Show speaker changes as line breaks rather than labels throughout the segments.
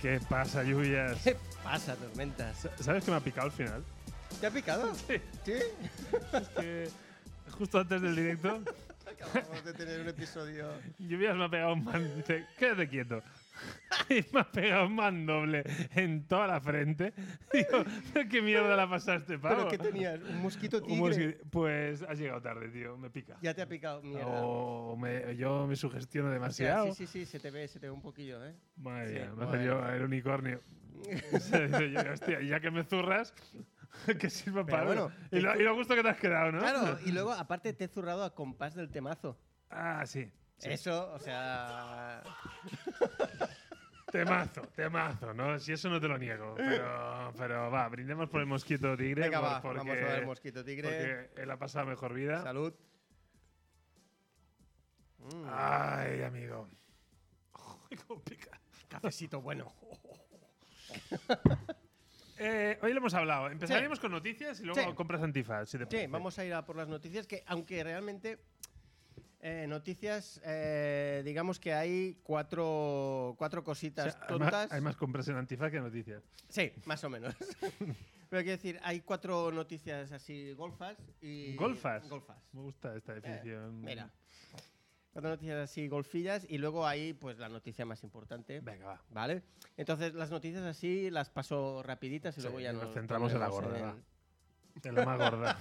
¿Qué pasa, lluvias?
¿Qué pasa, tormentas?
Sa- ¿Sabes que me ha picado al final?
¿Te ha picado?
Sí.
¿Sí?
Es que justo antes del directo,
Acabamos de tener un episodio.
lluvias me ha pegado un man. dice, Quédate quieto. Y me ha pegado un man doble en toda la frente. Digo, "¿Pero ¿qué mierda la pasaste,
¿Pero
pavo?
qué tenías? ¿Un mosquito tigre?
Hubo que- Pues has llegado tarde, tío. Me pica.
Ya te ha picado, mierda.
O me- yo me sugestiono
O sea,
Oh, demasiado.
sí, sí, sí, se te ve, se te ve un poquillo, ¿eh?
Madre
Sí,
mía, me
madre.
hace yo el unicornio. O sea, dice yo, hostia, ya que me zurras, que sirva
Pero
para
bueno,
algo. y, lo, y lo gusto que te has quedado, ¿no?
Claro, y luego aparte te he zurrado a compás del temazo.
Ah, sí. sí.
Eso, o sea.
Temazo, temazo, ¿no? Si eso no te lo niego. Pero, pero va, brindemos por el mosquito tigre.
Venga,
por-
va,
porque,
vamos a dar mosquito tigre.
Porque él ha pasado mejor vida.
Salud.
Ay, amigo. Joder, cómo pica.
Cafecito bueno.
Eh, hoy lo hemos hablado. Empezaríamos con noticias y luego
Sí.
compras antifaz. Si te
Sí,
parece.
vamos a ir a por las noticias, que aunque realmente eh, noticias, eh, digamos que hay cuatro, cuatro
O sea,
cositas
hay,
tontas.
más, hay más compras en antifaz que noticias.
Sí, más o menos. Pero quiero decir, hay cuatro noticias así golfas y...
Golfas.
Golfas.
Me gusta esta
Eh,
definición.
mira. Cuatro noticias así golfillas y luego hay pues la noticia más importante.
Venga, va.
¿Vale? Entonces las noticias así las paso rapiditas y
Sí,
luego ya
nos
nos,
centramos en la
ponemos
gorda,
el-
De la más gorda.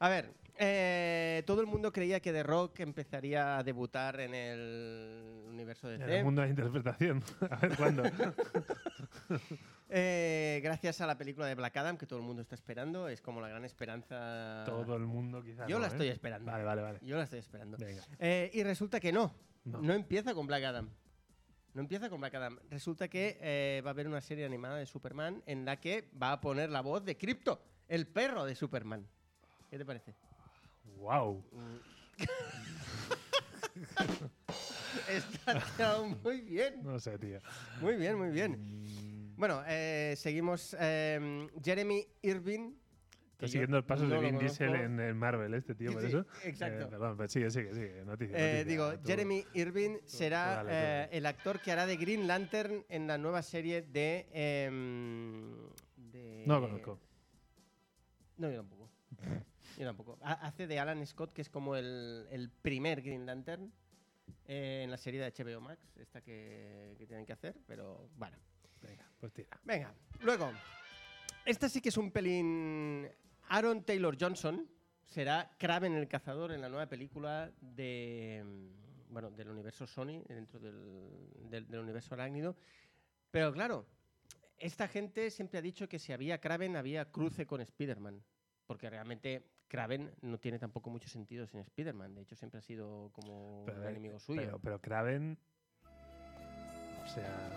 A ver, eh, todo el mundo creía que The Rock empezaría a debutar en el universo de
en el mundo de la interpretación. a ver cuándo.
Eh, gracias a la película de Black Adam que todo el mundo está esperando, es como la gran esperanza.
Todo el mundo quizás.
Yo
no,
la
¿eh?
estoy esperando.
Vale, vale, vale.
Yo la estoy esperando.
Venga.
Eh, y resulta que no.
No.
no. empieza con Black Adam. No empieza con Black Adam. Resulta que eh, va a haber una serie animada de Superman en la que va a poner la voz de Crypto, el perro de Superman. ¿Qué te parece?
Wow.
Está tirado muy bien.
No sé, tío.
Muy bien, muy bien. Bueno, eh, seguimos. eh, Jeremy Irving. que
Está
yo
siguiendo el paso
no
de
lo
Vin
conozco.
Diesel en el Marvel, este tío,
Sí,
por
sí,
eso.
exacto.
Eh, perdón, pero sigue, sigue, sigue. Noticia.
Eh,
noticia,
digo,
tú.
Jeremy Irving será
dale, tú dale.
eh, el actor que hará de Green Lantern en la nueva serie de. em, de-
No lo conozco.
No, yo tampoco. Yo tampoco. Ha- Hace de Alan Scott, que es como el, el primer Green Lantern eh, en la serie de HBO Max, esta que, que tienen que hacer, pero bueno.
Venga, pues tira.
Venga, luego. Esta sí que es un pelín. Aaron Taylor Johnson será Kraven el cazador en la nueva película de. mm, Bueno, del universo Sony, dentro del, del- del universo arácnido. Pero claro, esta gente siempre ha dicho que si había Kraven había cruce con Spider-Man. Porque realmente Kraven no tiene tampoco mucho sentido sin Spider-Man. De hecho, siempre ha sido como
Pero,
un
eh,
enemigo suyo.
Pero, pero Kraven. O sea.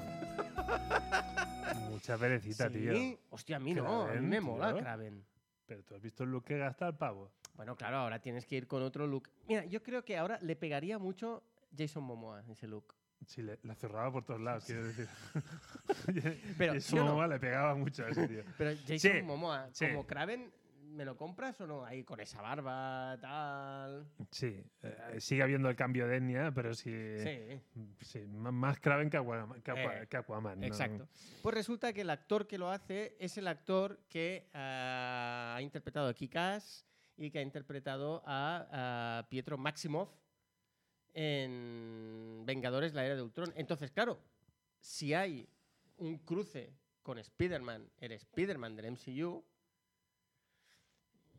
mucha perecita,
Sí,
tío.
Hostia, a mí no. A mí
Kraven,
me
tío.
mola Kraven.
Pero tú has visto lo que gasta el pavo.
Bueno, claro, ahora tienes que ir con otro look. Mira, yo creo que ahora le pegaría mucho Jason Momoa ese look.
Sí, le, la cerraba por todos lados, quiero decir.
Pero,
y
¿sí o
su
no?
mamá le pegaba mucho a ese tío.
Pero Jason
Sí,
Momoa,
sí.
como Kraven, ¿me lo compras o no? Ahí con esa barba, tal.
Sí, eh, sigue habiendo el cambio de etnia, pero sí.
Sí.
sí, m- más Kraven que Aquaman. Que Aqua-
Eh,
que Aquaman, ¿no?
Exacto. Pues resulta que el actor que lo hace es el actor que ah, ha interpretado a Kikas y que ha interpretado a, a Pietro Maximoff en Vengadores, la era de Ultron. Entonces, claro, si hay un cruce con Spider-Man, el Spider-Man del MCU,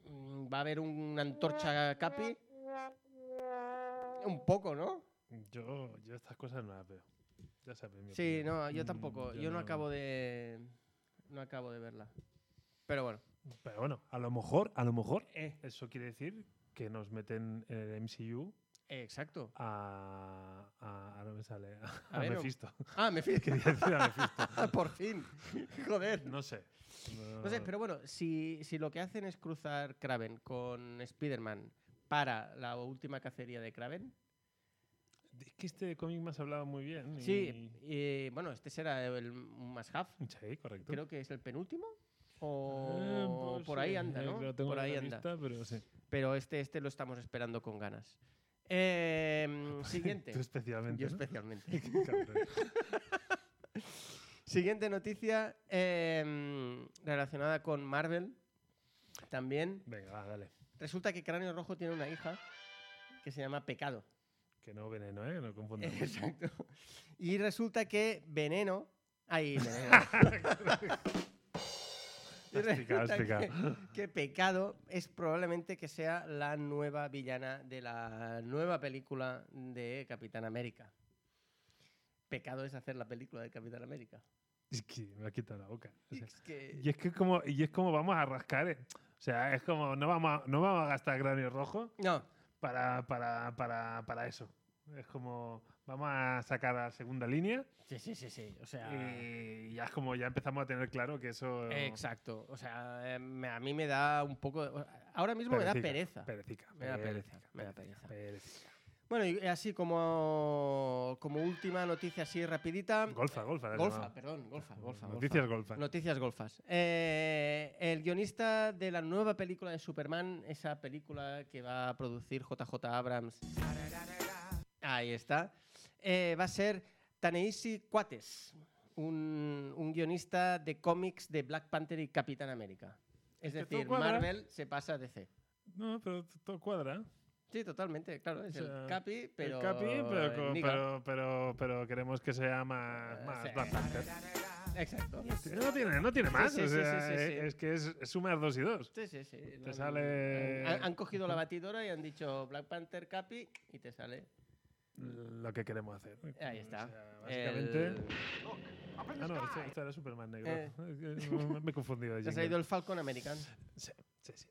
mm, va a haber una antorcha Capi. Un poco, ¿no?
Yo, yo estas cosas no las veo. Ya sabes. mi
Sí,
opinión.
no, yo
Mm,
tampoco. Yo no acabo de. No acabo de verla. Pero bueno.
Pero bueno, a lo mejor, a lo mejor,
Eh,
eso quiere decir que nos meten en el MCU
eh, exacto.
a. a ahora me sale. A,
A Venom.
Mephisto.
Ah, me fui. Ah,
Quería decir a Mephisto.
Por fin. Joder.
No sé.
No sé, pero bueno, si, si lo que hacen es cruzar Kraven con Spider-Man para la última cacería de Kraven.
Es que este cómic me has hablado muy bien. y-
Sí, eh, bueno, este será el más half.
Sí, correcto.
Creo que es el penúltimo.
Eh,
O
pues
por ahí
sí,
anda,
eh,
¿no?
lo tengo
por
en
ahí
la
anda.
lista, pero sí.
Pero este, este lo estamos esperando con ganas. Em, siguiente.
Tú especialmente.
Yo
¿no?
especialmente.
Cabrón.
Siguiente noticia em, relacionada con Marvel. También
Venga, va, dale.
resulta que Cráneo Rojo tiene una hija que se llama Pecado.
Que no veneno, ¿eh? No confundamos.
Exacto. Y resulta que Veneno. Ay, Veneno. Y
Has picado, has
resulta
picado.
que- que Pecado es probablemente que sea la nueva villana de la nueva película de Capitán América. Pecado es hacer la película de Capitán América.
Es que me ha quitado la boca. o sea.
Es que-
y es que como, y es como vamos a rascar, ¿eh? O sea, es como no vamos a, no vamos a gastar granio rojo
No,
para, para, para, para eso. Es como vamos a sacar a segunda línea
sí, sí, sí, sí. O sea.
y ya es como ya empezamos a tener claro que eso.
Exacto. O sea, eh, me- a mí me da un poco. de- Ahora mismo me da pereza.
Perecica.
Me da pereza, me da pereza.
perecica.
Bueno, y así como, como última noticia así rapidita.
Golfa, golfa. la
golfa,
llamaba.
perdón, golfa, golfa.
Noticias
golfa.
golfa.
Noticias golfas. Eh, el guionista de la nueva película de Superman, esa película que va a producir JJ Abrams. Ahí está. Eh, va a ser Taneisi Cuates, un, un guionista de cómics de Black Panther y Capitán América. Es
que todo
decir,
cuadra.
Marvel se pasa a DC.
No, pero todo cuadra. ¿eh?
Sí, totalmente, claro. Es
O sea,
el Capi, pero.
El Capi, pero, con-
Nigga.
pero, pero, pero queremos que sea más,
Eh,
más
sí.
Black Panther.
Exacto.
No tiene, no tiene
Sí,
más.
sí,
o
sí, sí,
sea,
sí,
eh,
sí.
Es que es, es sumar dos y dos.
Sí, sí, sí. lo
Te
han-
sale-
Han, han cogido la batidora y han dicho Black Panther, Capi, y te sale.
Lo que queremos hacer.
Ahí está.
O sea, básicamente.
El-
Ah, no, este, este era Superman negro.
Eh.
Es que me- Me he confundido. de
Te ha
jingle.
salido el Falcon American.
Sí, sí, sí.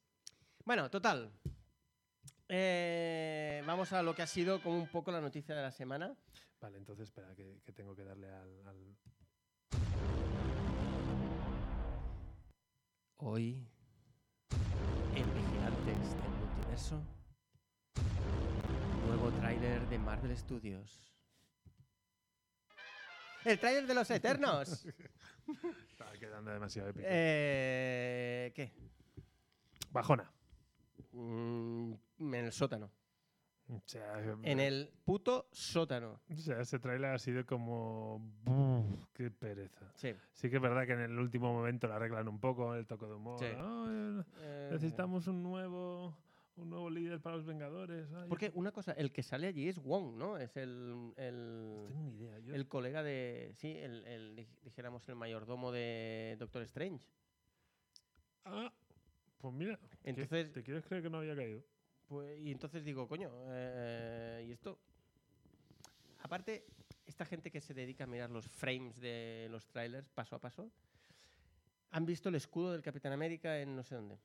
Bueno, total. Eh, vamos a lo que ha sido como un poco la noticia de la semana.
Vale, entonces espera, que, que tengo que darle al. al-
Hoy, en Vigilantes del Multiverso, nuevo tráiler de Marvel Studios. ¡El tráiler de los Eternos!
Estaba quedando demasiado épico.
eh, ¿Qué?
Bajona.
Mm, en el sótano.
O sea,
En el puto sótano.
o sea, ese trailer ha sido como. "Buf, ¡Qué pereza!
Sí.
Sí que es verdad que en el último momento lo arreglan un poco, el toque de humor.
Sí.
"Ah, eh, necesitamos un nuevo, un nuevo líder para los Vengadores. ay,
Porque una cosa, el que sale allí es Wong, ¿no? Es el, el,
No tengo ni idea. Yo,
el colega de. Sí, el, el, dij- dijéramos el mayordomo de Doctor Strange.
Ah, pues mira, ¿qué-
Entonces-
¿te quieres creer que no había caído?
Pues, y entonces digo, coño, eh, ¿y esto? Aparte, esta gente que se dedica a mirar los frames de los trailers paso a paso, han visto el escudo del Capitán América en no sé dónde.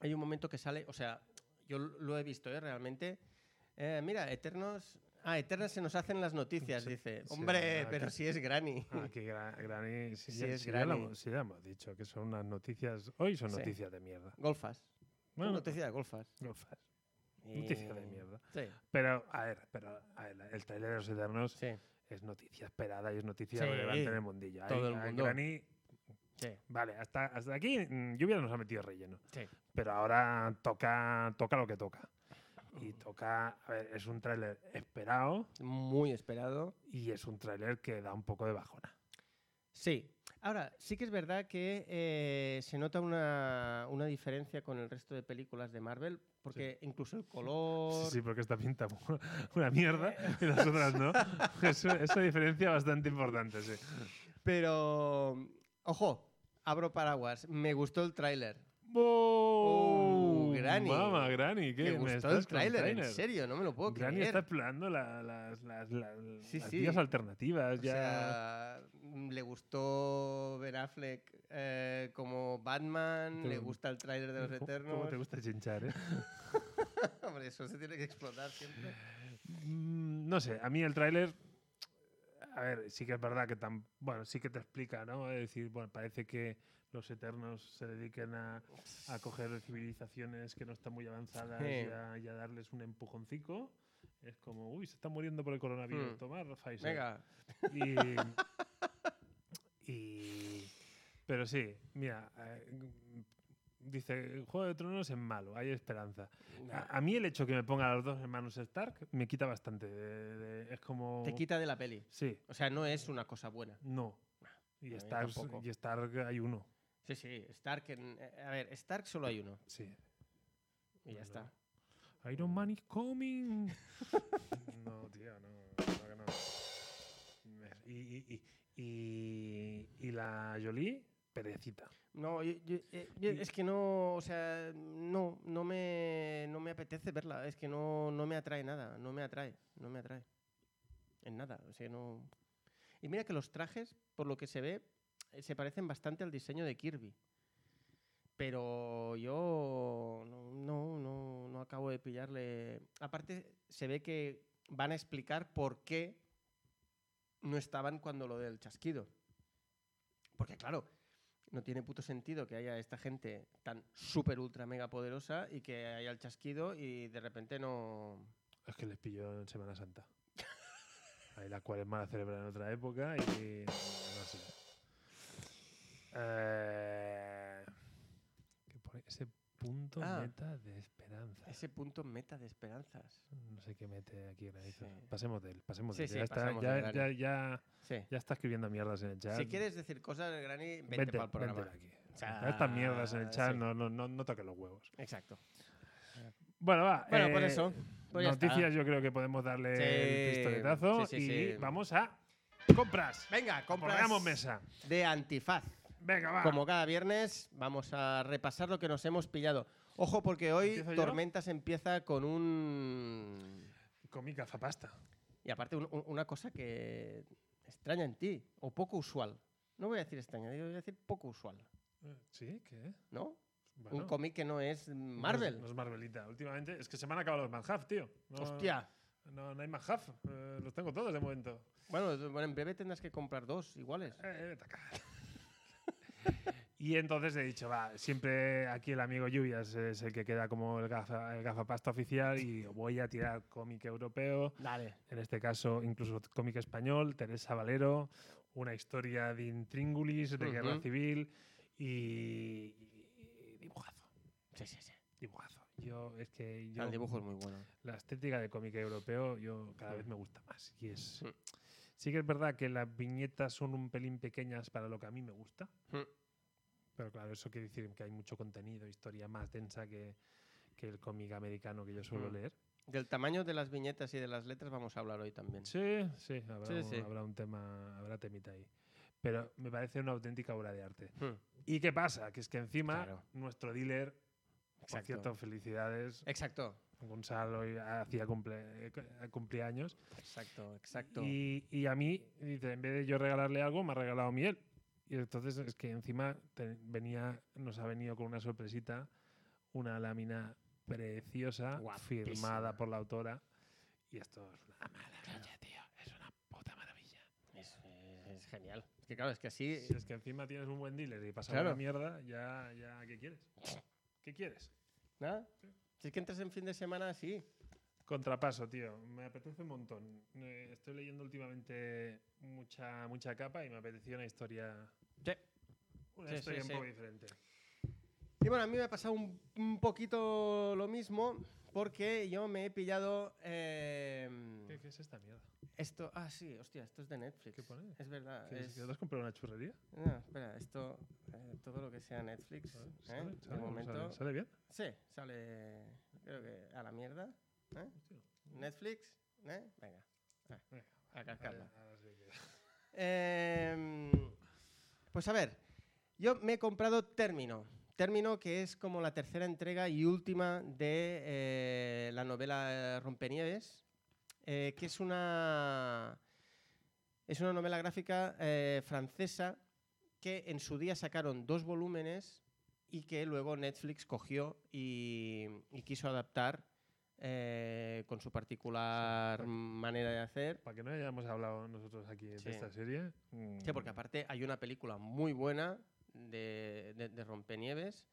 Hay un momento que sale, o sea, yo l- lo he visto, ¿eh? Realmente. Eh, mira, Eternos. Ah, Eternas se nos hacen las noticias,
Sí,
dice.
sí,
Hombre,
ah,
pero
que-
si es Granny.
Ah, que gra- Granny. Si,
Sí,
ya,
es
si ya lo
Granny.
hemos- si ya hemos dicho, que son unas noticias. Hoy son
Sí.
noticias de mierda.
Golfas.
Bueno,
noticia de golfas.
golfas,
eh,
noticias de
Y-
mierda.
Sí,
Pero, a ver, pero a ver, el trailer de los Eternos
sí,
es noticia esperada y es noticia
Sí,
relevante en el mundillo. Ahí,
todo el
a
mundo.
Granny,
sí,
vale, hasta, hasta aquí mm, Lluvia nos ha metido relleno.
sí.
pero ahora toca, toca lo que toca. Y toca, a ver, es un tráiler esperado
Muy esperado.
y es un tráiler que da un poco de bajona.
Sí. Ahora, sí que es verdad que eh, se nota una, una diferencia con el resto de películas de Marvel, porque incluso el color...
Sí, sí, porque esta pinta una mierda y las otras no. Es una, es una diferencia bastante importante, sí.
Pero, ojo, abro paraguas, me gustó el tráiler.
¡Wow!
Oh, Granny.
Mamá, Granny, ¿qué?
Me
¿Me
gustó
estás
el
con
tráiler, en
tráiler?
serio, no me lo puedo
Granny
creer.
está explorando la- las, las, las,
Sí,
las
sí.
vías alternativas.
O
ya.
sea, mm, le gustó Ben Affleck eh, como Batman,
Tú-
le gusta el tráiler de los
¿Cómo- ¿Cómo te
Eternos.
gusta chinchar, eh?
Hombre, eso se tiene que explotar siempre.
Mm, No sé, a mí el tráiler. A ver, sí que es verdad que tan. Bueno, sí que te explica, ¿no? Es decir, bueno, parece que los eternos se dediquen a, a coger civilizaciones que no están muy avanzadas
Sí.
y, a, y a darles un empujoncico. Es como, uy, se está muriendo por el coronavirus.
Hmm.
Tomar Pfizer.
Venga,
Y, y- pero sí, mira, eh, g- dice, Juego de Tronos es malo, hay esperanza. A, a mí el hecho que me ponga a los dos hermanos Stark me quita bastante. de- de- es como...
te quita de la peli.
Sí,
O sea, no es una cosa buena.
no.
a
Y
mí
Stark,
tampoco.
y Stark hay uno.
Sí, sí, Stark. en- eh, a ver, Stark solo hay uno.
Sí.
Y ya
Bueno.
está.
Iron Man is coming. no, tío, no. claro que no. Y, y, y, y- y la Jolie, perecita.
No, yo- yo- eh, yo-
Y-
es que no, o sea, no, no me, no me apetece verla. Es que no, no me atrae nada, no me atrae, no me atrae. En nada, o sea, no. Y mira que los trajes, por lo que se ve, eh, se parecen bastante al diseño de Kirby. Pero yo no, no, no, no acabo de pillarle. Aparte, se ve que van a explicar por qué no estaban cuando lo del chasquido. Porque, claro, no tiene puto sentido que haya esta gente tan súper ultra mega poderosa y que haya el chasquido y de repente no.
Es que les pilló en Semana Santa. Ahí la cuaresma la celebran en otra época y. No sé. Eh, que pone ese punto
Ah.
meta de esperanza.
Ese punto meta de esperanzas.
No sé qué mete aquí en la
Sí.
Pasemos de él, pasemos
Sí,
de él.
sí,
ya, está,
pasamos
ya-
de él,
ya,
dale.
ya-
Sí.
ya está escribiendo mierdas en el chat.
Si quieres decir cosas, Granny, vete,
Vente,
para el programa.
vente de aquí.
O sea,
Estas mierdas en el chat
sí.
no, no, no, no toques los huevos.
Exacto.
Bueno, va.
Bueno, por
eh,
eso. Pues ya está.
noticias, yo creo que podemos darle
Sí,
el pistoletazo
sí, sí,
y
sí.
vamos a compras.
Venga, compras
Compramos mesa.
de antifaz.
Venga, va.
Como cada viernes, vamos a repasar lo que nos hemos pillado. Ojo, porque hoy
¿Empiezo yo?
Tormentas empieza con un.
Con mi cazapasta.
Y aparte, un- un- una cosa que extraña en ti, o poco usual. No voy a decir extraña, digo- voy a decir poco usual,
Eh, ¿Sí? ¿Qué?
¿no?
Bueno,
Un cómic que no es
no es-
Marvel.
No es Marvelita. Últimamente es que se me han acabado los Manhaf, tío. No-
Hostia.
No, no hay Manhaf. Eh, los tengo todos de momento.
Bueno, d- bueno, en breve tendrás que comprar dos iguales.
Eh, vete a cagar. y entonces he dicho, va, siempre aquí el amigo Lluvias es el que queda como el, gafa, el gafapasta oficial y voy a tirar cómic europeo,
Dale.
en este caso incluso cómic español, Teresa Valero, una historia de intríngulis, de guerra
Ujú.
civil y, y dibujazo,
Sí, sí, sí.
dibujazo. Yo, es que yo-
El dibujo es muy bueno.
la estética de cómic europeo yo cada vez me gusta más. Y es.
Mm.
Sí que es verdad que las viñetas son un pelín pequeñas para lo que a mí me gusta.
Mm.
Pero claro, eso quiere decir que hay mucho contenido, historia más densa que, que el cómic americano que yo suelo
Mm.
leer.
Del tamaño de las viñetas y de las letras vamos a hablar hoy también.
Sí, sí, habrá,
Sí,
un,
sí.
habrá un tema, habrá temita ahí. Pero me parece una auténtica obra de arte.
Mm,
¿Y qué pasa? Que es que encima
Claro.
nuestro dealer, por
Exacto.
cierto, felicidades,
Exacto,
Gonzalo hoy hacía cumple- eh, cumpleaños.
exacto, exacto.
Y, y a mí, dice, en vez de yo regalarle algo, me ha regalado miel. Y entonces es que encima te- venía, nos ha venido con una sorpresita, una lámina preciosa,
Guapísima.
firmada por la autora. Y esto es una maravilla, tío. Es una puta maravilla.
Es, es genial. Es que claro, es que así...
Si es que encima tienes un buen dealer y pasas
Claro.
una mierda, ya, ya, ¿qué quieres? ¿Qué quieres?
¿Nada? Si es que entras en fin de semana así.
Contrapaso, tío. Me apetece un montón. Eh, Estoy leyendo últimamente mucha, mucha capa y me apetecía una historia
Sí.
Una
Sí,
historia
sí,
un poco
sí.
diferente.
Y bueno, a mí me ha pasado un, un poquito lo mismo porque yo me he pillado em,
¿Qué, qué es esta mierda?
esto. Ah, sí, hostia, esto es de Netflix.
¿Qué pone?
Es verdad.
¿Qué,
es-
¿Te has comprado una churrería?
no, espera, esto, eh, todo lo que sea Netflix,
¿Sale?
¿eh?
¿Sale?
de
¿Sale?
momento,
¿Sale? ¿Sale bien?
sí, sale, creo que a la mierda, ¿eh?
Hostia.
Netflix, ¿eh? Venga, ah,
Venga,
a cascarla.
Ahora- ahora sí que-
Em, pues a ver, yo me he comprado Término. Término que es como la tercera entrega y última de eh, la novela Rompenieves, eh, que es una, es una novela gráfica eh, francesa que en su día sacaron dos volúmenes y que luego Netflix cogió y, y quiso adaptar eh, con su particular
Sí, sí.
manera de hacer.
Para que no hayamos hablado nosotros aquí
Sí.
de esta serie. mm,
Sí, porque aparte hay una película muy buena de, de, de Rompenieves.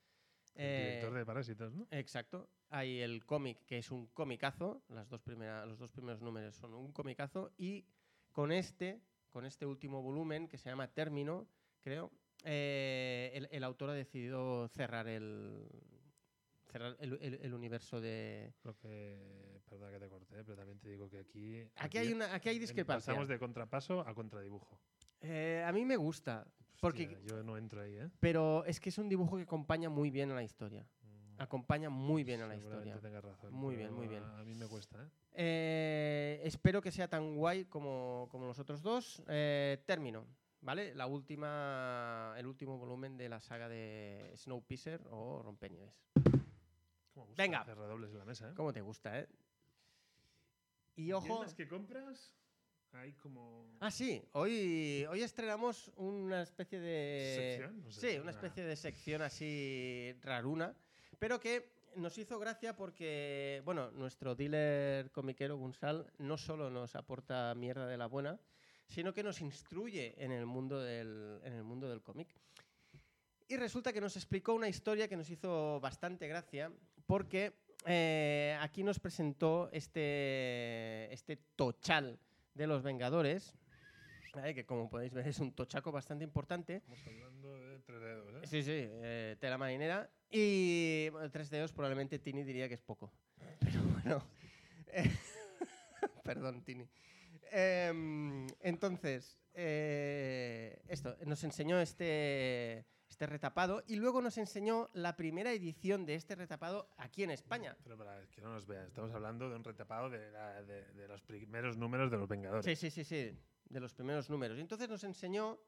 El
eh,
director de Parásitos, ¿no?
Exacto. Hay el cómic, que es un comicazo. Las dos primera- los dos primeros números son un comicazo. Y con este, con este último volumen, que se llama Término, creo, eh, el, el autor ha decidido cerrar el, cerrar el, el- el universo de...
Lo que. Perdona que te corté, pero también te digo que aquí.
Aquí hay, una, aquí hay
en-
discrepancia.
Pasamos de contrapaso a contradibujo.
Eh, a mí me gusta, Porque-
Hostia, yo no entro ahí, ¿eh?
pero es que es un dibujo que acompaña muy bien a la historia.
Mm,
Acompaña Ah, muy bien a la
seguramente
historia.
tengas razón,
Muy
pero
bien, muy bien.
A a mí me cuesta, ¿eh?
Eh, espero que sea tan guay como, como los otros dos. Eh, término, ¿vale? La última, el último volumen de la saga de Snowpiercer o Rompenieves.
Cómo gusta
Venga.
hacer redobles en la mesa, ¿eh?
¿Cómo te gusta, eh? Y ojo...
las que compras hay como...
Ah, sí, hoy, hoy estrenamos una especie de...
¿Sección? No sé.
Sí, una
Ah.
especie de sección así raruna, pero que nos hizo gracia porque, bueno, nuestro dealer comiquero Gunsal no solo nos aporta mierda de la buena, sino que nos instruye en el mundo del, en el mundo del cómic. Y resulta que nos explicó una historia que nos hizo bastante gracia, porque eh, aquí nos presentó este, este tochal de los Vengadores, ¿vale? que como podéis ver es un tochaco bastante importante,
Estamos hablando de tres dedos, ¿eh?
Sí, sí, eh, tela marinera. Y bueno, tres dedos probablemente Tini diría que es poco. Pero bueno. eh, perdón, Tini. Em, entonces, eh, esto, nos enseñó este, este retapado y luego nos enseñó la primera edición de este retapado aquí en España.
Pero para que no nos vean, estamos hablando de un retapado de, la- de- de los primeros números de Los Vengadores.
Sí, sí, sí, sí, de los primeros números. Y entonces nos enseñó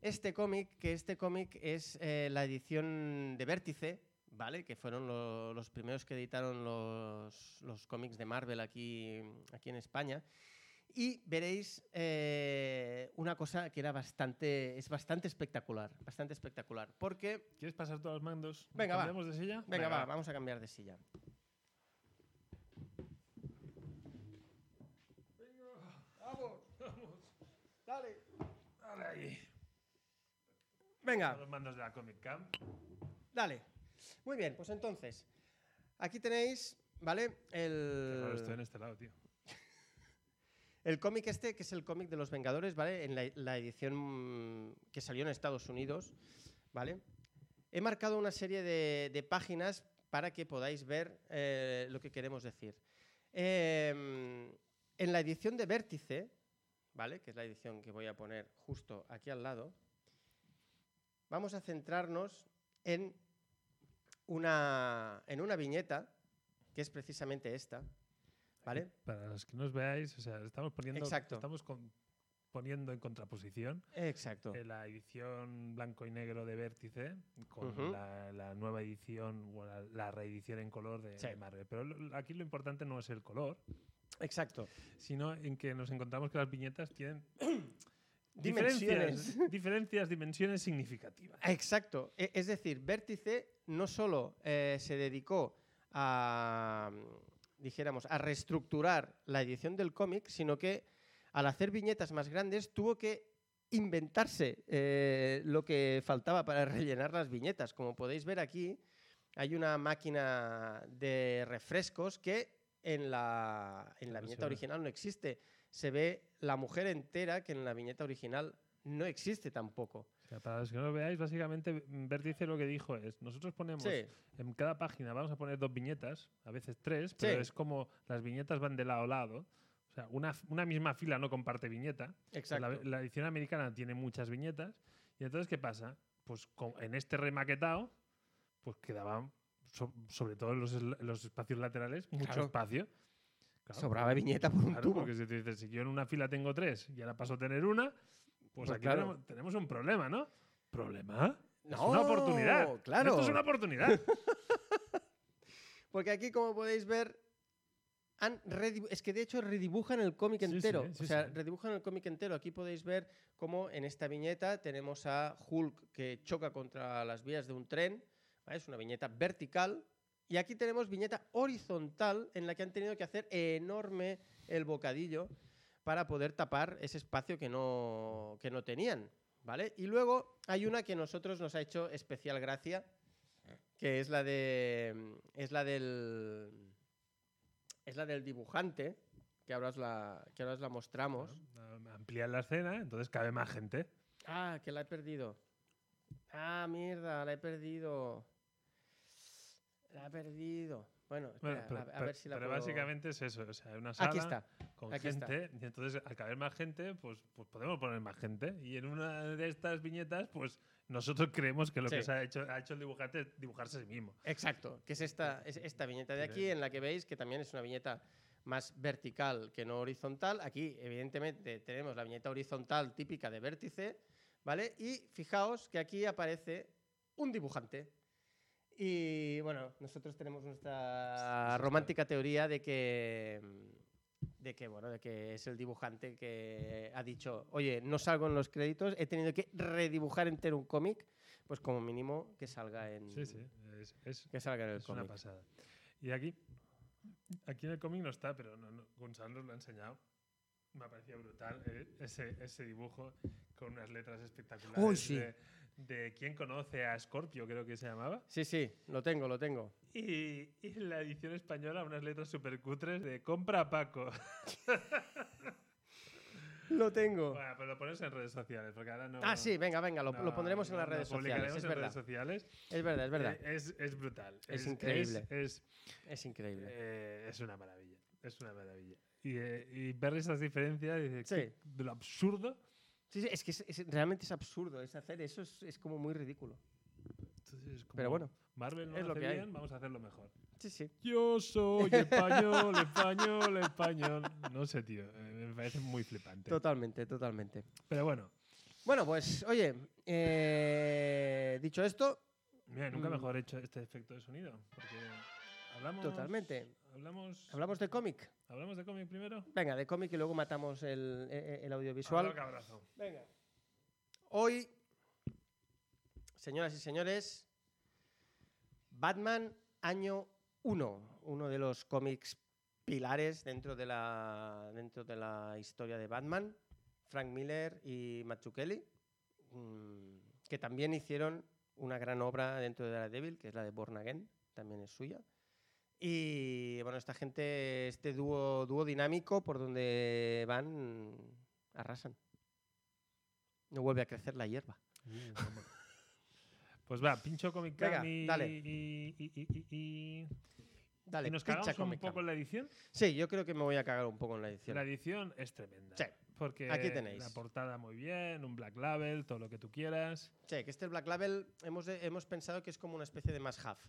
este cómic, que este cómic es eh, la edición de Vértice, ¿vale? Que fueron lo- los primeros que editaron los, los cómics de Marvel aquí, aquí en España. Y veréis eh, una cosa que era bastante, es bastante espectacular, bastante espectacular. Porque
¿Quieres pasar todos los mandos? ¿Nos
Venga, va.
cambiamos de silla?
Venga, va, vamos a cambiar de silla.
Dale ahí.
Venga.
Los mandos de la Comic Camp.
Dale. Muy bien, pues entonces, aquí tenéis, ¿vale?
Qué
Eh.
raro estoy en
El,
este lado, tío.
el cómic este, que es el cómic de los Vengadores, ¿vale? En la, la edición que salió en Estados Unidos, ¿vale? He marcado una serie de, de páginas para que podáis ver eh, lo que queremos decir. Em, en la edición de Vértice, ¿vale? Que es la edición que voy a poner justo aquí al lado, vamos a centrarnos en una, en una viñeta, que es precisamente esta, ¿vale?
Para los que nos veáis, o sea, estamos poniendo,
Exacto.
estamos con- poniendo en contraposición
Exacto.
eh, la edición blanco y negro de Vértice con
Ujú.
la, la nueva edición o la, la reedición en color de,
Sí.
de Marvel. Pero lo- aquí lo importante no es el color,
Exacto.
sino en que nos encontramos que las viñetas tienen
Dimensiones.
diferencias, diferencias, dimensiones significativas.
Exacto. E- Es decir, Vértice no solo eh, se dedicó a, mm, dijéramos, a reestructurar la edición del cómic, sino que al hacer viñetas más grandes tuvo que inventarse eh, lo que faltaba para rellenar las viñetas. Como podéis ver aquí, hay una máquina de refrescos que en la, en
Claro,
la
se
viñeta
ve.
original no existe. Se ve la mujer entera que en la viñeta original no existe tampoco.
O sea, para los que no lo veáis, básicamente mm, Vértice lo que dijo es, nosotros ponemos
Sí.
en cada página, vamos a poner dos viñetas, a veces tres, pero
Sí.
es como las viñetas van de lado a lado. O sea, una, f- una misma fila no comparte viñeta.
Exacto.
La, la edición americana tiene muchas viñetas. Y entonces, ¿qué pasa? Pues con- en este remaquetado, pues quedaban, so- sobre todo en los, esla- en los espacios laterales, mucho
Claro.
espacio. Claro,
Sobraba viñeta por un
Claro,
tubo.
porque si te dices, si yo en una fila tengo tres y ahora paso a tener una, pues,
Pues
aquí
claro.
tenemos, tenemos un problema, ¿no? ¿Problema? es
No,
una oportunidad.
claro.
Esto es una oportunidad.
Porque aquí, como podéis ver, han redibu- es que de hecho redibujan el cómic
Sí, sí,
entero.
sí,
o sea,
sí.
redibujan el cómic entero. Aquí podéis ver cómo en esta viñeta tenemos a Hulk que choca contra las vías de un tren. ¿vale? Es una viñeta vertical. Y aquí tenemos viñeta horizontal en la que han tenido que hacer enorme el bocadillo para poder tapar ese espacio que no, que no tenían. ¿Vale? Y luego hay una que nosotros nos ha hecho especial gracia, que es la de. es la del. Es la del dibujante, que ahora os la, que ahora os la
Ah.
mostramos.
Am- Amplían la escena, entonces cabe más gente.
Ah, que la he perdido. Ah, mierda, la he perdido. La he perdido. Bueno,
Bueno,
espera,
pero,
a- a,
pero-
ver si la
pero
puedo-
básicamente es eso, o sea, una sala
Aquí está.
con
aquí está.
gente, y entonces al caber más gente, pues, pues podemos poner más gente. Y en una de estas viñetas, pues nosotros creemos que lo que
Sí.
se ha hecho, ha hecho el dibujante es dibujarse a sí mismo.
Exacto, que es esta, es esta viñeta de
Tiene-
aquí, en la que veis que también es una viñeta más vertical que no horizontal. Aquí, evidentemente, tenemos la viñeta horizontal típica de vértice, ¿vale? Y fijaos que aquí aparece un dibujante. Y bueno, nosotros tenemos nuestra romántica teoría de que, de que, bueno, de que es el dibujante que ha dicho, oye, no salgo en los créditos, he tenido que redibujar entero un cómic, pues como mínimo que salga en,
Sí, sí, es, es-
que salga en el
es una
cómic.
pasada. Y aquí, aquí en el cómic no está, pero no, no, Gonzalo nos lo ha enseñado. Me ha parecido brutal eh, ese, ese dibujo con unas letras espectaculares
sí.
de, de quién conoce a Scorpio, creo que se llamaba.
Sí, sí, lo tengo, lo tengo.
Y, y en la edición española unas letras super cutres de compra a Paco.
Lo tengo.
Bueno, pero lo pones en redes sociales, porque ahora no.
Ah, sí, venga, venga, lo,
no,
lo pondremos en
no,
las
lo
redes sociales.
publicaremos
Es
en
verdad,
redes sociales.
es verdad, es verdad.
Eh, es, es brutal.
Es increíble.
Es,
Es increíble.
eh, es una maravilla. Es una maravilla. Y, eh, y ver esas diferencias y de,
Sí.
qué- de lo absurdo,
Sí, sí, es que es- es- realmente es absurdo, es hacer eso es, es como muy ridículo.
entonces es como,
Pero bueno,
Marvel no
es
lo
lo
hace
que hay.
bien, vamos a hacerlo mejor.
sí, sí.
Yo soy español, español, español. No sé, tío. eh, me parece muy flipante.
Totalmente, totalmente.
Pero bueno,
Bueno, pues, oye, eh, dicho esto,
mira, nunca
Mm.
mejor hecho este efecto de sonido. Porque hablamos.
Totalmente.
Hablamos.
hablamos de cómic.
¿Hablamos de cómic primero.
Venga, de cómic y luego matamos el, eh, eh, el audiovisual.
Habrá cabrazo.
Venga. Hoy, señoras y señores, Batman año 1, uno de los cómics pilares dentro de la, dentro de la historia de Batman, Frank Miller y Matt Zucchelli, mm, que también hicieron una gran obra dentro de Daredevil, que es la de Born Again, también es suya. Y bueno, esta gente, este dúo, dúo dinámico por donde van, arrasan. No vuelve a crecer la hierba.
Pues va, pincho Comic
Mm, Venga,
Con y,
dale.
y, y, y- y-
Dale,
y nos
pincha
cagamos un
Comic
poco
Con.
en la edición.
Sí, yo creo que me voy a cagar un poco en la edición.
La edición es tremenda.
Sí,
Porque
aquí tenéis.
la portada muy bien, un black label, todo lo que tú quieras.
Sí, que este Black Label hemos, hemos pensado que es como una especie de más half,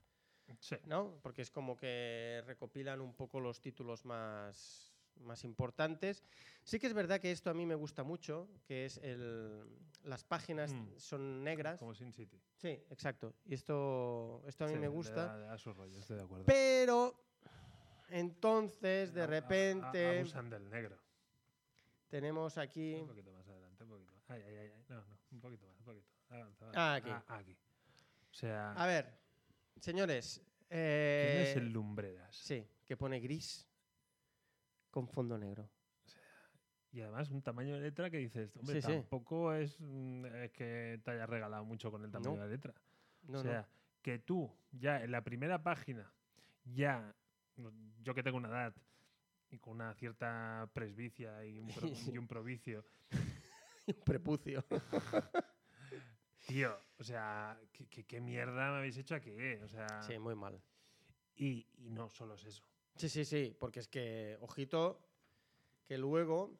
Sí.
¿no? Porque es como que recopilan un poco los títulos más, más importantes. Sí que es verdad que esto a mí me gusta mucho, que es el, las páginas
Mm.
son negras.
Como Sin City.
Sí, exacto. Y esto, esto a mí
Sí,
me
le
gusta.
da- le da su rollo, estoy de acuerdo.
Pero entonces,
A- a-
de
a-
repente,
abusan del negro.
tenemos aquí.
Un poquito más adelante, un poquito más. Ay, ay, ay, ay. No, no, un poquito más, un poquito. Avanza,
Ah,
avanza.
aquí.
aquí. O sea,
A ver, señores.
¿quién es
eh,
el Lumbreras?
Sí, que pone gris con fondo negro.
Y además un tamaño de letra que dices, hombre,
Sí, sí.
tampoco Es, mm, es que te hayas regalado mucho con el tamaño
No.
de la letra.
No,
o sea,
no.
que tú ya en la primera página, ya, no, yo que tengo una edad y con una cierta presbicia y un, pro- y un provicio,
Un prepucio.
tío, o sea, ¿qué, qué, qué mierda me habéis hecho aquí? eh? O sea,
Sí, muy mal.
y, y no solo es eso.
Sí, sí, sí, porque es que, ojito, que luego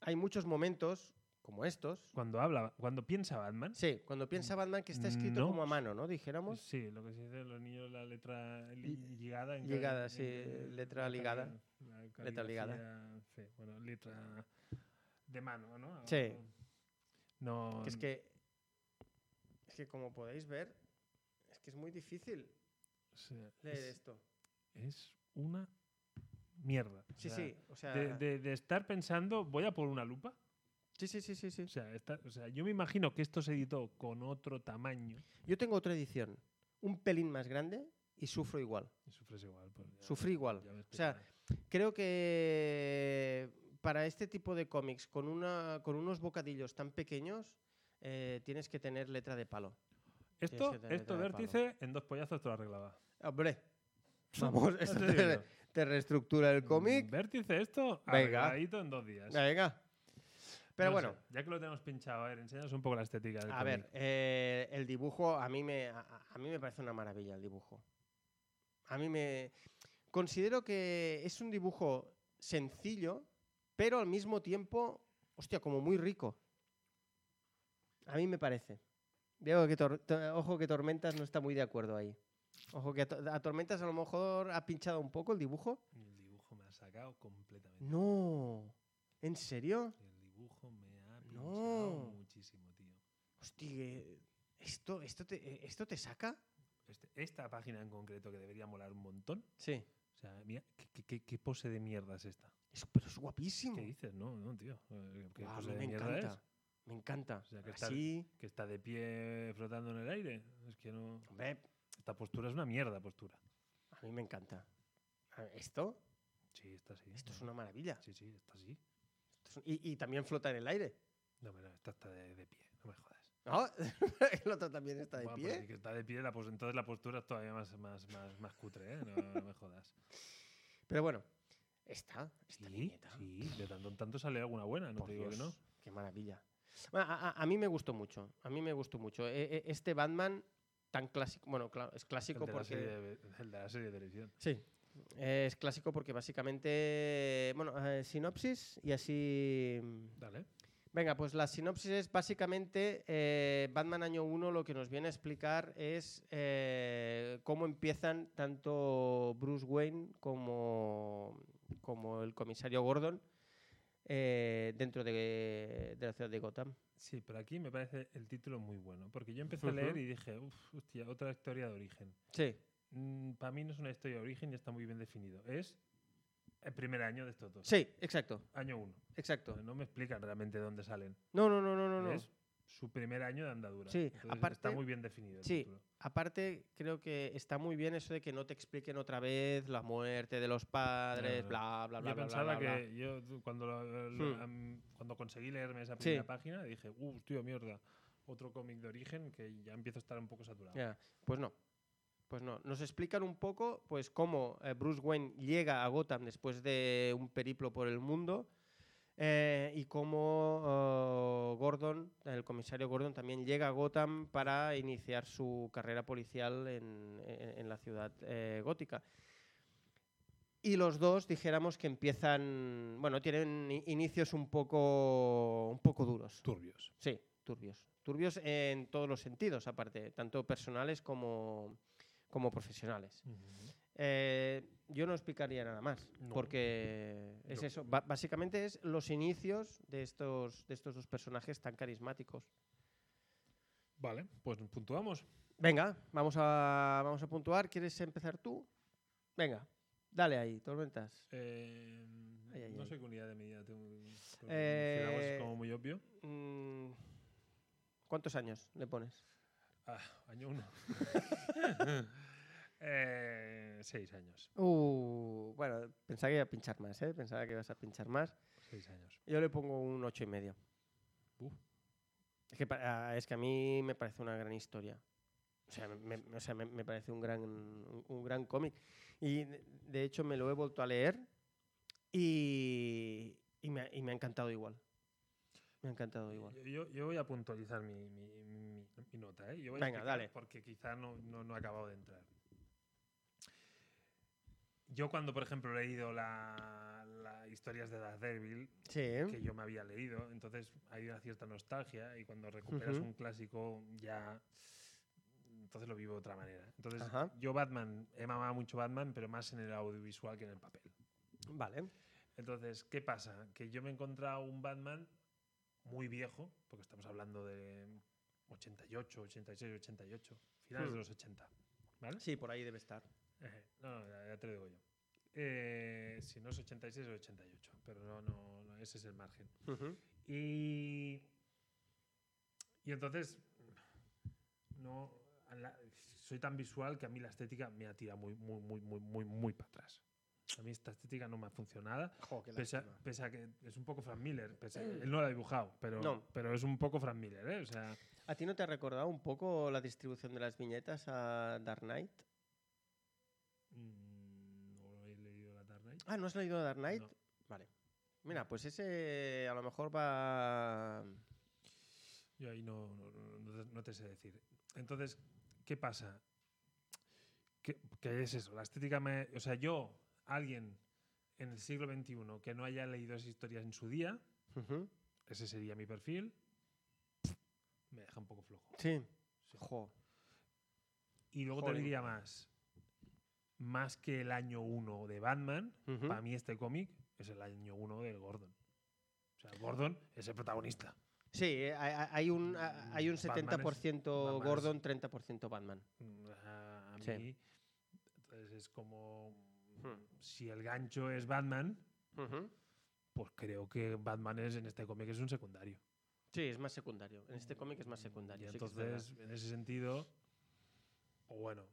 hay muchos momentos como estos.
Cuando habla, cuando piensa Batman,
Sí, cuando piensa Batman que está escrito
No.
como a mano, ¿no? Dijéramos.
Sí, lo que se dice los niños, la letra li-
Li-
ligada. en
ligada,
cada- en
sí,
cada-
letra
la
ligada.
cali- la
Letra ligada.
caligrafía, Sí, bueno, letra de mano, ¿no?
Sí.
No,
Que es que. Es que como podéis ver, es que es muy difícil
sí,
leer
es-
esto.
es una mierda. O
Sí,
sea,
Ah. sí, o sea...
De, de- de estar pensando, voy a por una lupa.
Sí, sí, sí, sí, sí.
O sea, esta- o sea, yo me imagino que esto se editó con otro tamaño.
Yo tengo otra edición, un pelín más grande y sufro igual.
Y sufres igual. pues ya-
Sufrí igual.
ya me
O sea,
explicarás.
Creo que para este tipo de cómics, con, una, con unos bocadillos tan pequeños, eh, tienes que tener letra de palo.
esto,
que tener
esto
de palo.
vértice, en dos pollazos te lo arreglaba.
Hombre, vamos,
No
esto
te digo
te,
yo. Mm,
te reestructura el cómic.
Vértice esto,
Venga.
arregladito en dos días.
Venga. Pero
No
bueno,
sé, ya que lo tenemos pinchado, a ver, enséñanos un poco la estética del
a
cómic.
ver, eh, el dibujo a mí, me, a, a- a mí me parece una maravilla el dibujo. A mí me... Considero que es un dibujo sencillo, pero al mismo tiempo, hostia, como muy rico. A mí me parece. Veo que Tor- to- ojo que Tormentas no está muy de acuerdo ahí. Ojo que a, To- a Tormentas a lo mejor ha pinchado un poco el dibujo.
El dibujo me ha sacado completamente.
No. ¿En serio?
El dibujo me ha pinchado
No.
muchísimo, tío.
Hostia, ¿esto, esto, te, ¿esto te saca?
Este- esta página en concreto que debería molar un montón.
Sí.
O sea, mira, ¿qué- qué, qué- qué pose de mierda es esta?
Es- pero es guapísimo.
¿Qué dices? No, no, tío. Eh, ¿Qué
Guau, Mm. Ah, a
pose
mí
de
me
mierda
encanta.
es?
Me encanta.
sea, que está-
Así,
Que está de pie flotando en el aire. Es que no.
hombre,
Esta postura es una mierda postura.
a mí me encanta. A ver, ¿Esto?
Sí, está así.
Esto es
¿no?
una maravilla.
Sí, sí, está así.
Esto es un- y, y también flota en el aire.
No, pero esta está de, de pie, no me jodas.
¿No? el otro también está de
Buah, pues sí
pie.
que está de pie, la, pos- entonces la postura es todavía más, más, más, más cutre, ¿eh? No, no me jodas.
Pero bueno, está, esta
Sí,
viñeta.
sí, de tanto en tanto sale alguna buena, no
Por
te digo que no.
Dios, Qué maravilla. Bueno, a, a- a mí me gustó mucho. A mí me gustó mucho. E- e- este Batman tan clásico. Bueno, claro, es
El
clásico
de, la
porque.
serie de, el de la serie de televisión.
Sí. eh, Es clásico porque básicamente. Bueno, eh, sinopsis y así. mm,
Dale.
Venga, pues la sinopsis es básicamente eh, Batman Año 1 lo que nos viene a explicar es eh, cómo empiezan tanto Bruce Wayne como, como el comisario Gordon eh, dentro de, de la ciudad de Gotham.
Sí, pero aquí me parece el título muy bueno, porque yo empecé a leer y dije, uff, hostia, otra historia de origen.
Sí,
Para mí no es una historia de origen, ya está muy bien definido. Es el primer año de estos dos.
sí, exacto,
Año uno.
exacto.
No me explican realmente dónde salen.
No, no, no, no, no. no.
Es su primer año de andadura.
Sí,
Entonces,
aparte-
está muy bien definido. el
Sí,
título.
aparte creo que está muy bien eso de que no te expliquen otra vez la muerte de los padres,
no.
bla, bla, bla.
yo
bla, bla,
pensaba
bla, bla.
que yo tu- cuando, lo- lo-
Hmm.
am- cuando conseguí leerme esa
Sí.
primera página dije, uh, tío, mierda, otro cómic de origen que ya empiezo a estar un poco saturado.
Ya, Pues no. Pues no. Nos explican un poco pues cómo eh, Bruce Wayne llega a Gotham después de un periplo por el mundo eh, y cómo oh, Gordon, el comisario Gordon, también llega a Gotham para iniciar su carrera policial en, en- en la ciudad eh, gótica. Y los dos dijéramos que empiezan, bueno, tienen i- inicios un poco, un poco duros.
Turbios.
Sí, turbios. Turbios en todos los sentidos, aparte, tanto personales como, como profesionales. Eh, yo no explicaría nada más,
No.
porque es
Yo-
eso. ba- básicamente es los inicios de estos, de estos dos personajes tan carismáticos.
Vale, pues puntuamos.
Venga, vamos a, vamos a puntuar. ¿Quieres empezar tú? Venga, dale ahí, tormentas.
Eh,
Ay, ay,
no
ay.
sé qué unidad de medida tengo. porque
Eh,
ciudad es como muy obvio.
Mm, ¿Cuántos años le pones?
Ah, año uno. Eh, seis años.
Uh, bueno, pensaba que iba a pinchar más, ¿eh? Pensaba que ibas a pinchar más.
Seis años.
Yo le pongo un ocho y medio.
Uf.
Es que, pa- ah, es que a mí me parece una gran historia. O sea, me, me- o sea, me- me parece un gran, un, un gran cómic. Y de- de hecho me lo he vuelto a leer y, y me, ha- y me ha encantado igual. Me ha encantado igual.
Yo, yo- yo voy a puntualizar mi, mi- mi- mi nota, ¿eh? Yo voy a
Venga,
explicar
dale.
Porque quizá no, no, no he acabado de entrar. Yo cuando, por ejemplo, he leído las historias de Daredevil,
Sí, ¿eh?
que yo me había leído. Entonces hay una cierta nostalgia y cuando recuperas
Ujú.
un clásico ya... Entonces lo vivo de otra manera. Entonces
Ajá.
yo Batman, he mamado mucho Batman, pero más en el audiovisual que en el papel.
Vale.
Entonces, ¿qué pasa? Que yo me he encontrado un Batman muy viejo, porque estamos hablando de 88, 86, 88, finales
Hmm.
de los 80. ¿Vale?
Sí, por ahí debe estar.
Ejé, No, no, ya, ya te lo digo yo. Eh, si no es 86, es 88. Pero no, no, no, ese es el margen. Y. Y entonces. No. a la- soy tan visual que a mí la estética me ha tirado muy, muy, muy, muy, muy, muy para atrás. A mí esta estética no me ha funcionado.
Jo, qué
Pese a,
lástima.
pese a que es un poco Frank Miller. pese a- él no lo ha dibujado, pero,
No.
pero es un poco Frank Miller, ¿eh? O sea,
¿A ti no te ha recordado un poco la distribución de las viñetas a Dark Knight?
mm, no he leído la Dark Knight.
Ah, ¿no has leído Dark Knight?
No.
Vale. Mira, pues ese a lo mejor va...
Yo ahí no, no- no- no te- no te sé decir. Entonces, ¿qué pasa? ¿Qué, qué es eso? La estética me. O sea, yo, alguien en el siglo XXI que no haya leído esas historias en su día,
Ujú.
ese sería mi perfil, me deja un poco flojo.
Sí.
Sí.
Jo.
Y luego te
Jolín.
diría más. Más que el año 1 de Batman,
Ujú.
para mí este cómic es el año 1 del Gordon. O sea, Gordon es el protagonista.
Sí, eh, hay, hay- hay un, a- hay
Mm, Batman
un
es-
70%
Batman es-
Gordon, 30% Batman.
Mm, A, a
Sí.
mí. Entonces es como.
Hmm.
Si el gancho es Batman, pues creo que Batman es en este cómic es un secundario. Mm,
Sí, es más secundario. En este cómic es más
Y
secundario. sí que es verdad.
entonces, en ese sentido. o Bueno.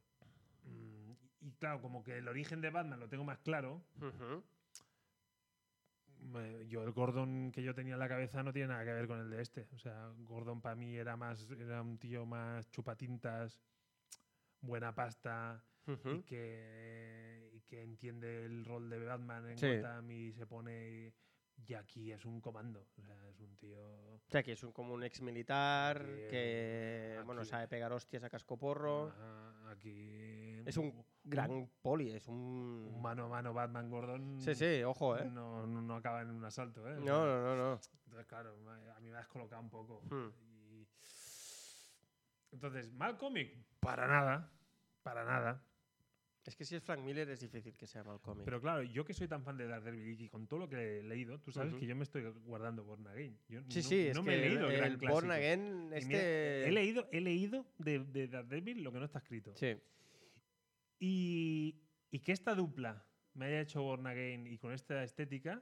mm, Y claro, como que el origen de Batman lo tengo más claro.
Ujú.
me- Yo, el Gordon que yo tenía en la cabeza no tiene nada que ver con el de este. O sea, Gordon para mí era más. Era un tío más chupatintas, buena pasta.
Ujú.
y, que, y que entiende el rol de Batman en
Sí.
Gotham y se pone. Y, y aquí es un comando. O sea, es un tío.
O sea, que es un, como un ex militar
Aquí,
que, bueno,
aquí. Ah.
sabe pegar hostias a cascoporro.
Ajá, aquí.
Es un gran poli, es un...
un mano a mano Batman Gordon.
Sí, sí, ojo, ¿eh?
No, no, no acaba en un asalto, ¿eh? O
No,
sea,
no, no, no.
Entonces, claro, me- a mí me ha descolocado un poco.
Hmm.
Y- Entonces, ¿mal cómic? Para nada. Para nada.
Es que si es Frank Miller es difícil que sea mal cómic.
Pero claro, yo que soy tan fan de Daredevil y que con todo lo que he leído, tú sabes
Ujú.
que yo me estoy guardando Born Again. Yo
sí,
no,
sí, es
no
que
me he leído el,
el,
gran
el Born
clásico.
Again,
Y
este...
mira, he leído, ¿eh? he leído de, de Daredevil lo que no está escrito.
Sí.
Y, y que esta dupla me haya hecho Born Again y con esta estética,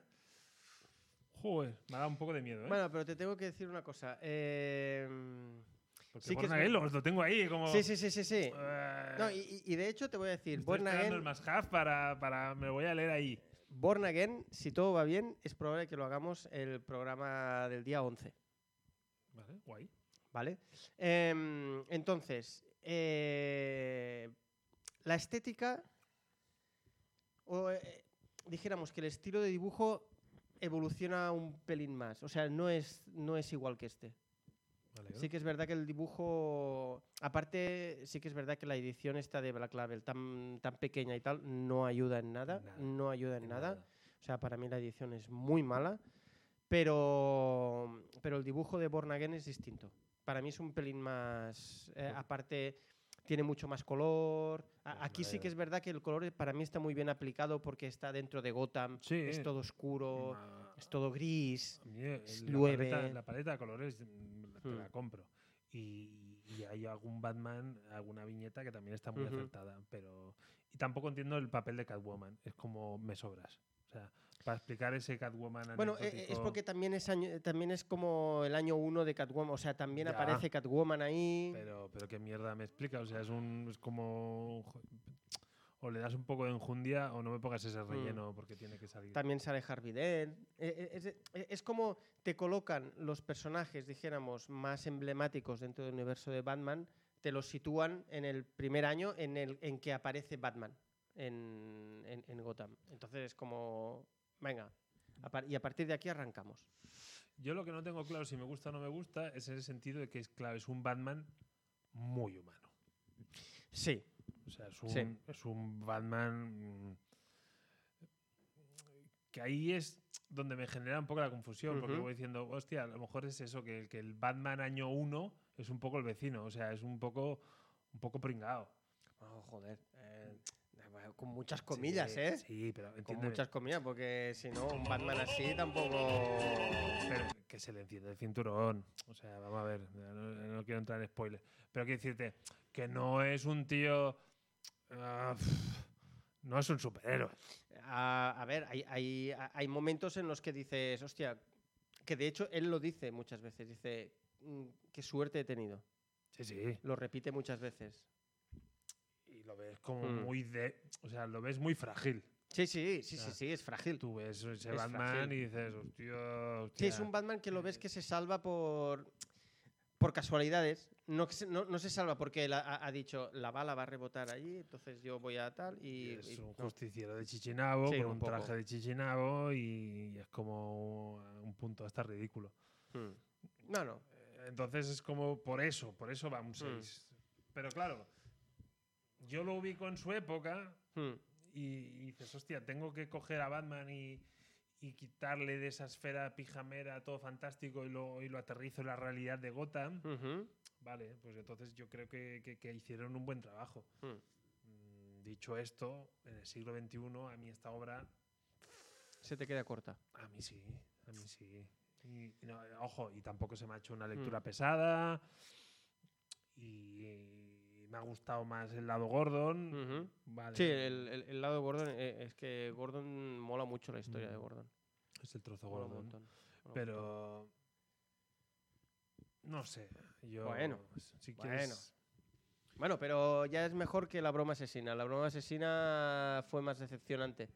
joder, me ha dado un poco de miedo, ¿eh?
Bueno, pero te tengo que decir una cosa. eh,
Porque
sí que
Born
es
Again
ver-
lo, lo tengo ahí como...
Sí, sí, sí, sí, sí.
eh,
No, y, y de hecho te voy a decir,
estoy
Born
esperando el
Again,
más half para, para... Me lo voy a leer ahí.
Born Again, si todo va bien, es probable que lo hagamos el programa del día 11.
Vale, guay.
¿Vale? Em, entonces, eh, la estética, o eh, dijéramos que el estilo de dibujo evoluciona un pelín más, o sea, no es, no es igual que este.
Vale,
Sí que es verdad que el dibujo, aparte, sí que es verdad que la edición esta de Black Label, tan, tan pequeña y tal, no ayuda en nada,
Nada,
no ayuda en
¿no?
nada. O sea, para mí la edición es muy mala, pero, pero el dibujo de Born Again es distinto. Para mí es un pelín más... eh,
Ujú.
aparte, tiene mucho más color. A-
Pues
aquí sí
vaya.
que es verdad que el color eh, para mí está muy bien aplicado porque está dentro de Gotham.
Sí.
Es todo oscuro,
Ma-
es todo gris.
A mí, eh,
Es
la,
llueve.
paleta, la paleta de colores mm, te
Hmm.
la compro. Y, y hay algún Batman, alguna viñeta que también está muy
Ujú.
acertada, pero y tampoco entiendo el papel de Catwoman, es como me sobras. O sea, para explicar ese Catwoman
Bueno, eh, eh, es
anecdótico-
porque también es, año- también es como el año uno de Catwoman. O sea, también
Ya.
aparece Catwoman ahí.
pero pero qué mierda me explica, o sea, es un es como jo- o le das un poco de enjundia o no me pongas
Hmm.
ese relleno porque tiene que salir.
También sale Harvey Dent. Eh, eh, Es, eh, es como te colocan los personajes, dijéramos, más emblemáticos dentro del universo de Batman, te los sitúan en el primer año en el en que aparece Batman en, en- en Gotham. Entonces es como, venga, a par- y a partir de aquí arrancamos.
Yo lo que no tengo claro si me gusta o no me gusta es en el sentido de que es claro, es un Batman muy humano.
Sí,
O sea, es un,
Sí.
es un Batman mm, que ahí es donde me genera un poco la confusión, porque
Ujú.
voy diciendo, hostia, a lo mejor es eso, que, el- que el Batman año 1 es un poco el vecino, o sea, es un poco, un poco pringado.
Oh, joder. eh, con muchas comillas,
Sí,
¿eh?
Sí, pero
Con
entiéndeme,
muchas comillas, porque si no, un Batman así tampoco...
pero que se le enciende el cinturón. O sea, vamos a ver, no, no quiero entrar en spoilers. Pero quiero decirte que no es un tío... ah, pf, No es un superhéroe.
A, a ver, hay, hay- a- hay momentos en los que dices, hostia, que de hecho él lo dice muchas veces, dice, "Mm, qué suerte he tenido.
Sí, sí.
Lo repite muchas veces.
Y lo ves como
Mm.
muy de. O sea, lo ves muy frágil.
Sí, sí, sí, sí,
Ah.
sí, es frágil.
Tú ves ese
Es
Batman
frágil.
y dices, hostia.
Sí,
hostia".
es un Batman que lo ves que se salva por, por casualidades. No, que se- no, no se salva porque él ha- ha, ha dicho la bala va a rebotar allí, entonces yo voy a tal
Y
y. y-
es un
no.
justiciero de Chichinabo,
Sí,
con
un
un,
poco.
traje de Chichinabo y, y es como un punto hasta ridículo.
Mm. no, no.
Eh, Entonces es como por eso, por eso va un 6.
Mm.
Pero claro, yo lo ubico en su época
Mm.
y, y dices, hostia, tengo que coger a Batman y, y quitarle de esa esfera pijamera todo fantástico y lo, y lo aterrizo en la realidad de Gotham.
Ujú.
Vale, pues entonces yo creo que, que- que hicieron un buen trabajo.
Mm.
Mm, Dicho esto, en el siglo XXI a mí esta obra
Se te queda corta.
A mí sí, a mí sí. Y, y no, eh, ojo, y tampoco se me ha hecho una
Mm.
lectura pesada. Y me ha gustado más el lado Gordon.
Ujú.
Vale.
Mm. Sí, el, el- el lado de Gordon eh, es que Gordon mola mucho la historia de
Mm.
Gordon.
Es el trozo
Mola un
Gordon. ¿eh?
montón, mola un montón.
Pero. No sé. Yo,
Bueno,
si
bueno.
quieres-
Bueno, pero ya es mejor que la broma asesina. La broma asesina fue más decepcionante.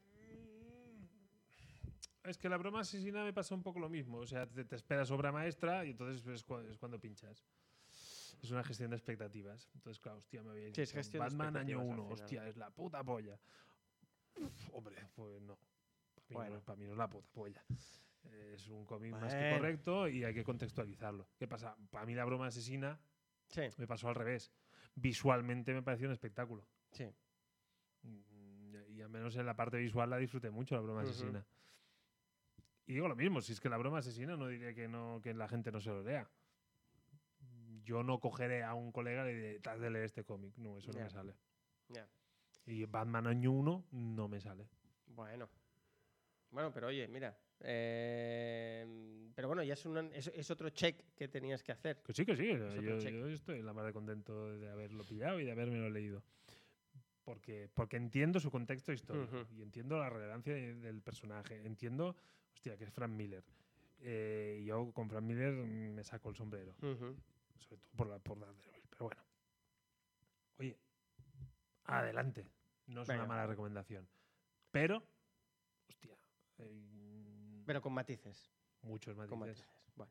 Es que la broma asesina me pasa un poco lo mismo. O sea, te, te esperas obra maestra y entonces es, cua- es cuando pinchas. Es una gestión de expectativas. Entonces, claro, hostia, me había
Sí, es
dicho,
gestión de
Batman año
expectativas al
1,
final.
hostia, es la puta polla. Uf, hombre, pues no. Para mí,
Bueno.
no, para mí no es la puta polla. Eh, Es un cómic más que
Bueno.
correcto y hay que contextualizarlo. ¿Qué pasa? Para mí la broma asesina
Sí,
me pasó al revés. Visualmente me pareció un espectáculo.
sí.
Mm, Y al menos en la parte visual la disfruté mucho, la broma
Ujú.
asesina. Y digo lo mismo, si es que la broma asesina no diré que no que la gente no se lo lea. Yo no cogeré a un colega y le diré, "Te has de leer este cómic. No, eso
Ya.
no me sale.
Ya.
Y Batman Año 1 no me sale.
Bueno. Bueno, pero oye, mira. eh, pero bueno, ya es, una- es, es otro check que tenías que hacer.
Que sí, que sí. eh,
otro
Yo,
check.
yo estoy la mar de contento de haberlo pillado y de haberme leído. Porque, porque entiendo su contexto histórico
Ujú.
y entiendo la relevancia de- del personaje. Entiendo, hostia, que es Frank Miller. Eh, y yo con Frank Miller mm, me saco el sombrero,
Ujú.
sobre todo por la por Daredevil, Pero bueno. Oye, adelante. No es
Venga.
una mala recomendación. Pero, hostia, eh,
Pero con matices.
muchos matices.
Con matices. Bueno.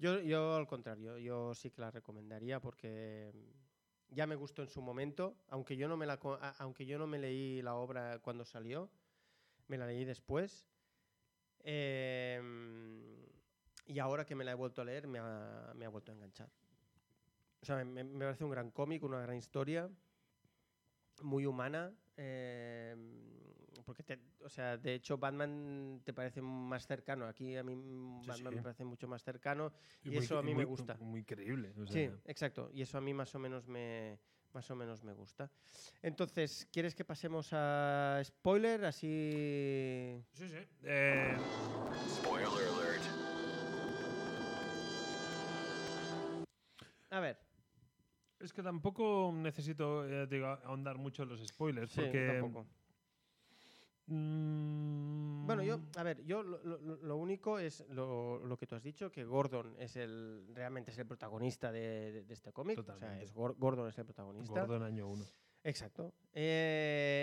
Yo, yo al contrario, yo sí que la recomendaría porque mm, ya me gustó en su momento, aunque yo no me la co- a- aunque yo no me leí la obra cuando salió, me la leí después. Em, y ahora que me la he vuelto a leer, me ha, me ha vuelto a enganchar. O sea, me, me parece un gran cómic, una gran historia, muy humana. em, porque, te- o sea, de hecho, Batman te parece más cercano. Aquí a mí mm,
Sí,
Batman
sí.
me parece mucho más cercano. Y
muy
eso a
cre-
mí me
muy-
gusta.
Muy creíble. o
Sí,
sea.
exacto. Y eso a mí más o menos me más o menos me gusta. Entonces, ¿quieres que pasemos a spoiler? Así.
Sí, sí. Eh,
A ver.
es que tampoco necesito eh, te digo, ahondar mucho en los spoilers,
sí,
porque.
tampoco.
mm,
Bueno, yo, a ver, yo lo, lo- lo- lo único es lo, lo que tú has dicho, que Gordon es el realmente es el protagonista de, de- de este cómic. O sea,
Totalmente.
es Gor- Gordon es el protagonista.
Gordon año 1.
Exacto.
Me ha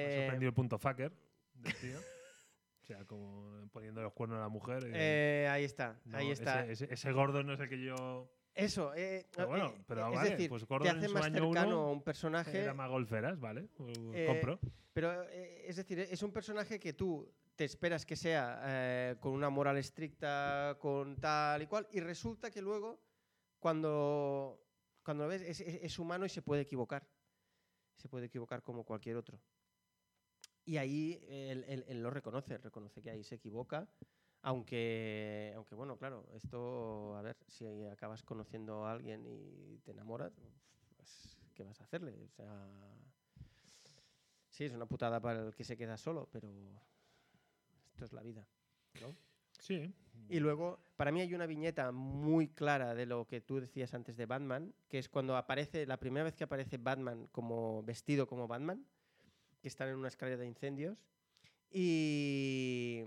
Eh,
sorprendido el punto fucker del tío. o sea, como poniendo los cuernos a la mujer. y-
eh, ahí está,
no,
ahí está.
Ese, ese- ese Gordon no es el que yo.
Eso, eh,
Pero bueno,
eh,
pero
es
vale,
decir,
pues
te
Gordon en
hace
su
más
año uno
cercano a un personaje.
Era más golferas, ¿vale? Uh,
Eh,
compro.
Pero eh, es decir, es un personaje que tú te esperas que sea eh, con una moral estricta, con tal y cual, y resulta que luego, cuando, cuando lo ves, es, es- es humano y se puede equivocar. Se puede equivocar como cualquier otro. Y ahí él, él- él lo reconoce, reconoce que ahí se equivoca. Aunque, aunque, bueno, claro, esto, a ver, si acabas conociendo a alguien y te enamoras, pues, ¿qué vas a hacerle? O sea, Sí, es una putada para el que se queda solo, pero esto es la vida.
Sí.
Y luego, para mí hay una viñeta muy clara de lo que tú decías antes de Batman, que es cuando aparece, la primera vez que aparece Batman como vestido como Batman, que están en una escalera de incendios. Y,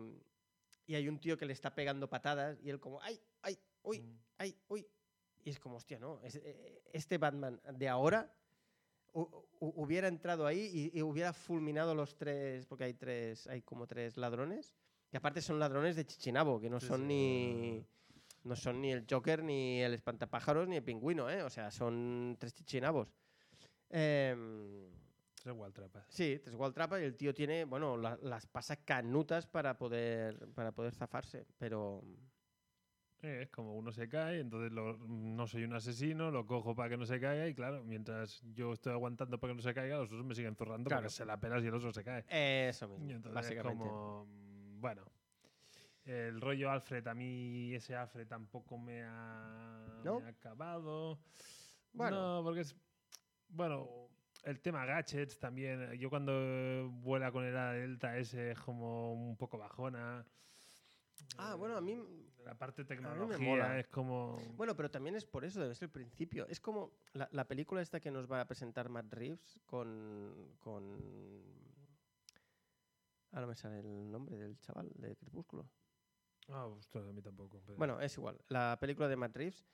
y hay un tío que le está pegando patadas y él como, ay, ay, uy,
Mm.
ay, uy. Y es como, hostia, no, es- eh, este Batman de ahora hu- hu- hubiera entrado ahí y, y hubiera fulminado los tres, porque hay tres, hay como tres ladrones. Y aparte son ladrones de Chichinabo, que no
Sí,
son
sí,
ni... No son ni el Joker, ni el Espantapájaros, ni el Pingüino, ¿eh? O sea, son tres chichinabos. Em,
Tres Waltrapas.
sí, tres Waltrapa y el tío tiene, bueno, la- las pasa canutas para poder, para poder zafarse, pero...
Eh, es como uno se cae, entonces lo- no soy un asesino, lo cojo para que no se caiga y claro, mientras yo estoy aguantando para que no se caiga, los otros me siguen zurrando
Claro.
porque se la pelas y el otro se cae.
Eso mismo,
Y entonces
Mm, básicamente.
como mm, bueno, el rollo Alfred a mí ese Alfred tampoco me ha,
¿No?
me ha acabado.
Bueno.
No, porque es bueno, el tema gadgets también, yo cuando eh, vuela con el ala delta ese es como un poco bajona.
Ah,
Eh,
bueno, a mí...
la parte tecnología
mola.
es como
Bueno, pero también es por eso, debe ser el principio. Es como la, la película esta que nos va a presentar Matt Reeves con... con... Ahora me sale el nombre del chaval de Crepúsculo.
Ah, ostras, a mí tampoco. pero-
Bueno, es igual. La película de Matt Reeves,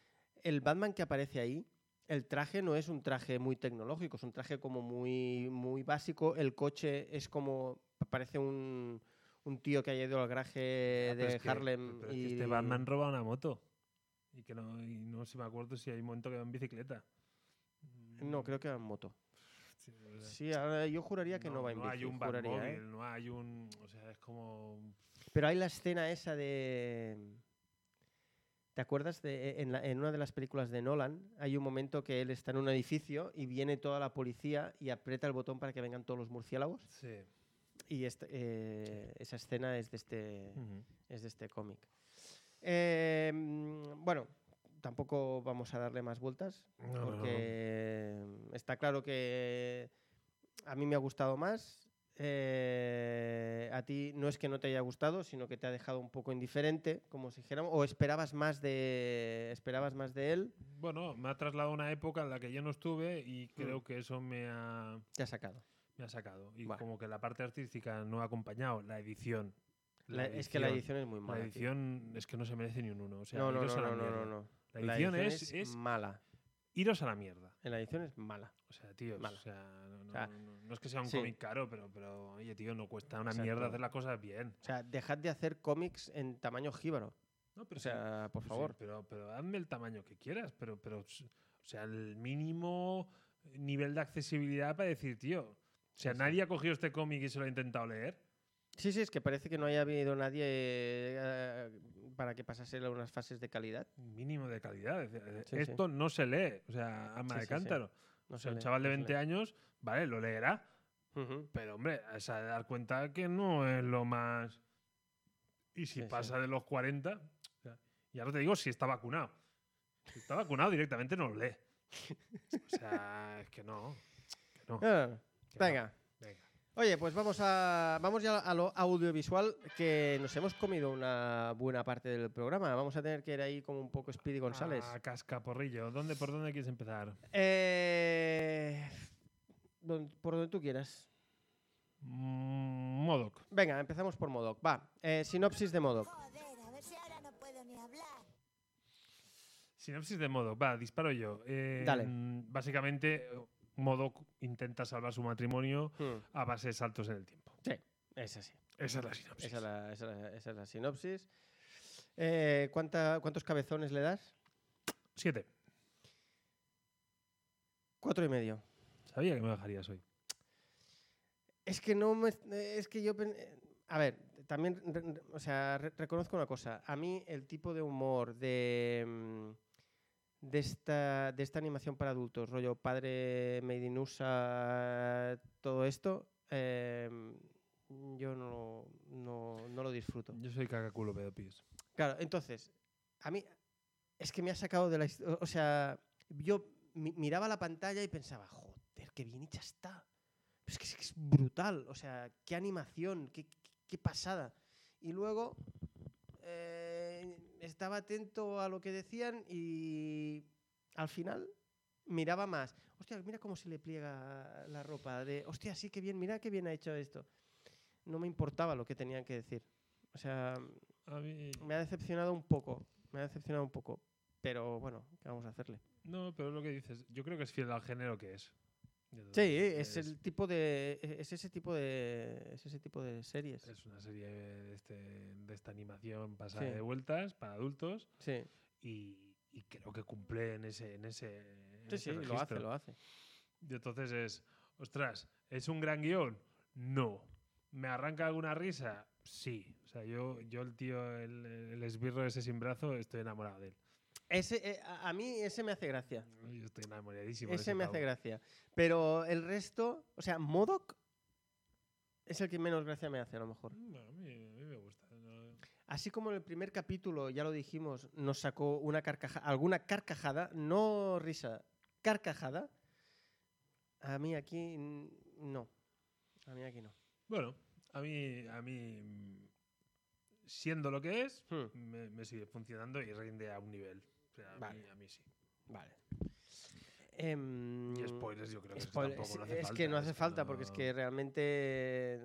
el Batman que aparece ahí, el traje no es un traje muy tecnológico, es un traje como muy, muy básico. El coche es como. parece un, un tío que haya ido al garaje
Ah, pero
de
es que-
Harlem.
pero es que
y,
este Batman roba una moto. Y que no, y no sé si me acuerdo si hay un momento que va en bicicleta. Mm,
No, creo que va en moto.
Sí, o sea,
Sí, ahora yo juraría que no, va en
No hay
bici,
un
juraría,
Batmóvil,
¿eh?
no hay un. O sea, es como.
Pero hay la escena esa de. ¿Te acuerdas de e, en, la- en una de las películas de Nolan? Hay un momento que él está en un edificio y viene toda la policía y aprieta el botón para que vengan todos los murciélagos.
Sí.
Y este- eh, esa escena es de este,
Ujú.
es de este cómic. Eh, mm, bueno, tampoco vamos a darle más vueltas,
No, no, no.
porque mm, está claro que a mí me ha gustado más. eh, a ti no es que no te haya gustado, sino que te ha dejado un poco indiferente, como si dijéramos, o esperabas más de, esperabas más de él,
Bueno, me ha trasladado a una época en la que yo no estuve
Mm.
y creo que eso me ha,
te ha sacado.
me ha sacado. Y
Vale.
como que la parte artística no ha acompañado, la edición.
La- es que la edición es muy
la
mala. tío.
edición es que no se merece ni un uno. O sea,
no, no,
iros
no,
a la
no, no,
mierda.
no, no.
La edición, es, es
mala.
iros a la mierda.
La edición es mala.
O sea, tío,
Mala.
o sea, no, no-
sea,
no- no es que sea un
sí.
cómic caro, pero, pero, oye, tío, no cuesta una
Exacto.
mierda hacer las cosas bien.
O sea, dejad de hacer cómics en tamaño jíbaro.
No, pero
O sea, por favor.
pero, pero hazme el tamaño que quieras, pero, pero, s- o sea, el mínimo nivel de accesibilidad para decir, tío, o sea,
Sí, sí.
nadie ha cogido este cómic y se lo ha intentado leer.
Sí, sí, es que parece que no haya habido nadie eh, para que pasase a unas fases de calidad.
Un Mínimo de calidad. es decir,
Sí, sí.
Esto no se lee, o sea, ama
Sí,
de
sí, sí.
cántaro.
No
O
sé,
sea, un chaval de 20 años, vale, lo leerá,
Ujú.
Pero hombre, o sea, de dar cuenta que no es lo más. Y si
Sí, sí.
pasa de los 40, o sea, y ahora te digo si está vacunado. Si está vacunado directamente no lo lee. O sea, es que no. que no, que
Ah,
no.
venga.
Venga.
Oye, pues vamos a vamos ya a lo audiovisual que nos hemos comido una buena parte del programa. Vamos a tener que ir ahí como un poco Speedy González.
Ah, cascaporrillo. ¿Dónde, ¿Por dónde quieres empezar?
Eh, don- por donde tú quieras.
Mm, Modoc.
Venga, empezamos por Modoc. Va, eh, sinopsis de Modoc.
Joder, a ver si ahora no puedo ni hablar.
Sinopsis de Modoc. Va, disparo yo. Eh,
Dale.
mm, Básicamente, Modoc intenta salvar su matrimonio
Hmm,
a base de saltos en el tiempo.
Es así.
Esa pues es la sinopsis.
Esa es la, esa es la- esa es la sinopsis. Eh, ¿cuánta- ¿Cuántos cabezones le das?
Siete.
Cuatro y medio.
Sabía que me bajarías hoy.
Es que no me. Es que yo. pen- eh, A ver, también. re- re- O sea, re- reconozco una cosa. A mí, el tipo de humor de. mm, De esta, de esta animación para adultos, rollo padre, made in USA, todo esto, eh, yo no, no, no lo disfruto.
Yo soy cagaculo pedopis.
Claro, entonces, a mí es que me ha sacado de la... his- O o sea, yo mi- miraba la pantalla y pensaba, joder, qué bien hecha está. Pero Es que es, que es brutal, o sea, qué animación, qué, qué- qué pasada. Y luego eh, estaba atento a lo que decían y al final miraba más. Hostia, mira cómo se le pliega la ropa. De, hostia, sí, qué bien, mira qué bien ha hecho esto. No me importaba lo que tenían que decir. O sea,
A mí-
me ha decepcionado un poco. Me ha decepcionado un poco. Pero bueno, ¿qué vamos a hacerle?
no, pero es lo que dices. Yo creo que es fiel al género que es.
Sí, es el tipo de. Es ese tipo de. Es ese tipo de series.
Es una serie de, este- de esta animación pasada
Sí.
de vueltas para adultos
Sí,
y, y creo que cumple en ese, en ese, en
sí,
ese
sí, lo hace,
registro.
lo hace.
Y entonces es, ostras, ¿es un gran guión? No. ¿Me arranca alguna risa? Sí. O sea, yo, yo el tío, el, el esbirro ese sin brazo, estoy enamorado de él.
Ese, eh, a a mí ese me hace gracia.
Yo estoy enamoradísimo. de
Ese me
pavo.
hace gracia. Pero el resto, o sea, Modoc es el que menos gracia me hace a lo mejor.
No, Mm, a, mí, a mí me gusta. no.
Así como en el primer capítulo, ya lo dijimos, nos sacó una carcaja, alguna carcajada, no risa, carcajada. A mí aquí mm, no. A mí aquí no.
Bueno, a mí, a mí, mm, siendo lo que es,
Hmm,
me, me sigue funcionando y rinde a un nivel. O sea, a,
Vale.
mí, a mí sí.
Vale. Em,
Y spoilers yo creo que es que
Spoiler-
tampoco
es,
no hace
es
falta.
que no hace falta
no-
porque es que realmente eh,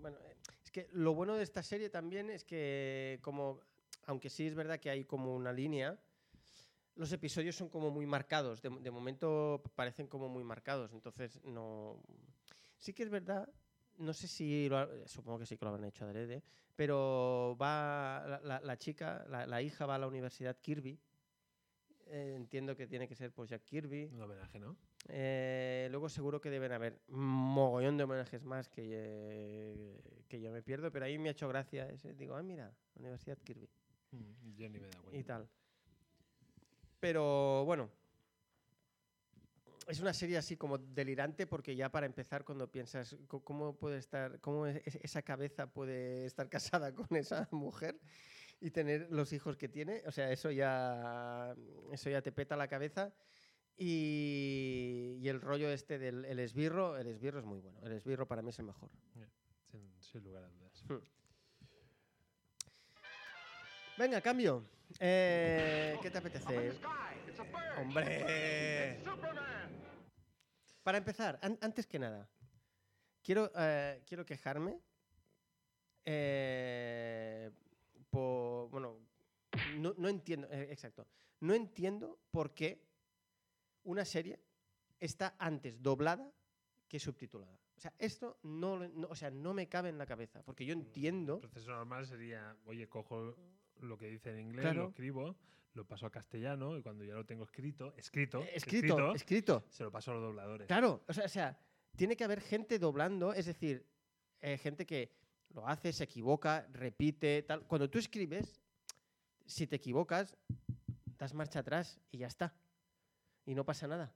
bueno eh, es que lo bueno de esta serie también es que como aunque sí es verdad que hay como una línea los episodios son como muy marcados de, de momento p- parecen como muy marcados entonces no sí que es verdad no sé si lo ha- supongo que sí que lo habrán hecho adrede pero va la, la- la chica la, la hija va a la universidad Kirby Eh, entiendo que tiene que ser pues Jack Kirby
Un homenaje, ¿no?
eh, luego seguro que deben haber mogollón de homenajes más que, eh, que yo me pierdo, pero ahí me ha hecho gracia ese. Digo, ah, mira, Universidad Kirby
Mm, Yo ni me da cuenta.
y tal. Pero bueno, es una serie así como delirante porque ya para empezar cuando piensas co- cómo puede estar, cómo es- es- esa cabeza puede estar casada con esa mujer y tener los hijos que tiene, o sea, eso ya, eso ya te peta la cabeza. Y, y el rollo este del el esbirro, el esbirro es muy bueno, el esbirro para mí es el mejor.
Sin, sin lugar a dudas.
Venga, cambio. Eh, ¿Qué te eh, apetece? Hombre. Para empezar, an- antes que nada, quiero, eh, quiero quejarme eh, por... Bueno, no, no entiendo, eh, exacto. No entiendo por qué una serie está antes doblada que subtitulada. O sea, esto no, lo- no- o sea, no me cabe en la cabeza, porque
Mm,
yo entiendo...
El proceso normal sería, oye, cojo lo que dice en inglés,
Claro.
lo escribo, lo paso a castellano y cuando ya lo tengo escrito, escrito,
Eh, escrito, escrito.
se lo paso a los dobladores.
Claro, o sea, o sea, tiene que haber gente doblando, es decir, eh, gente que lo hace, se equivoca, repite, tal. Cuando tú escribes, si te equivocas, das marcha atrás y ya está. Y no pasa nada.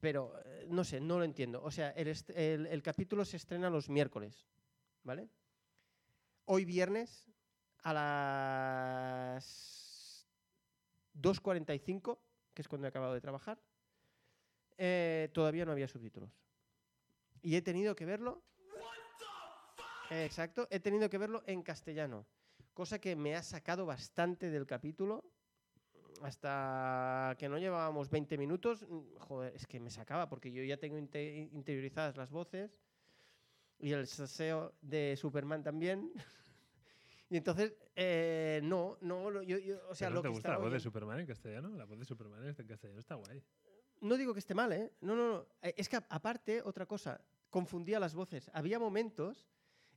Pero, eh, no sé, no lo entiendo. O sea, el, est- el- el capítulo se estrena los miércoles, ¿vale? Hoy viernes a las 2.45, que es cuando he acabado de trabajar, eh, todavía no había subtítulos. Y he tenido que verlo. Eh, Exacto, he tenido que verlo en castellano. Cosa que me ha sacado bastante del capítulo. Hasta que no llevábamos 20 minutos, mm, joder, es que me sacaba, porque yo ya tengo inte- interiorizadas las voces y el saseo de Superman también. y entonces, eh, no, no, lo- yo, yo- o sea,
¿Pero
lo
¿No te
que
gusta la
estaba
voz de
oyendo-
Superman en castellano? La voz de Superman en castellano está guay.
no digo que esté mal, ¿eh? No, no, no. Eh, Es que a- aparte, otra cosa, confundía las voces. Había momentos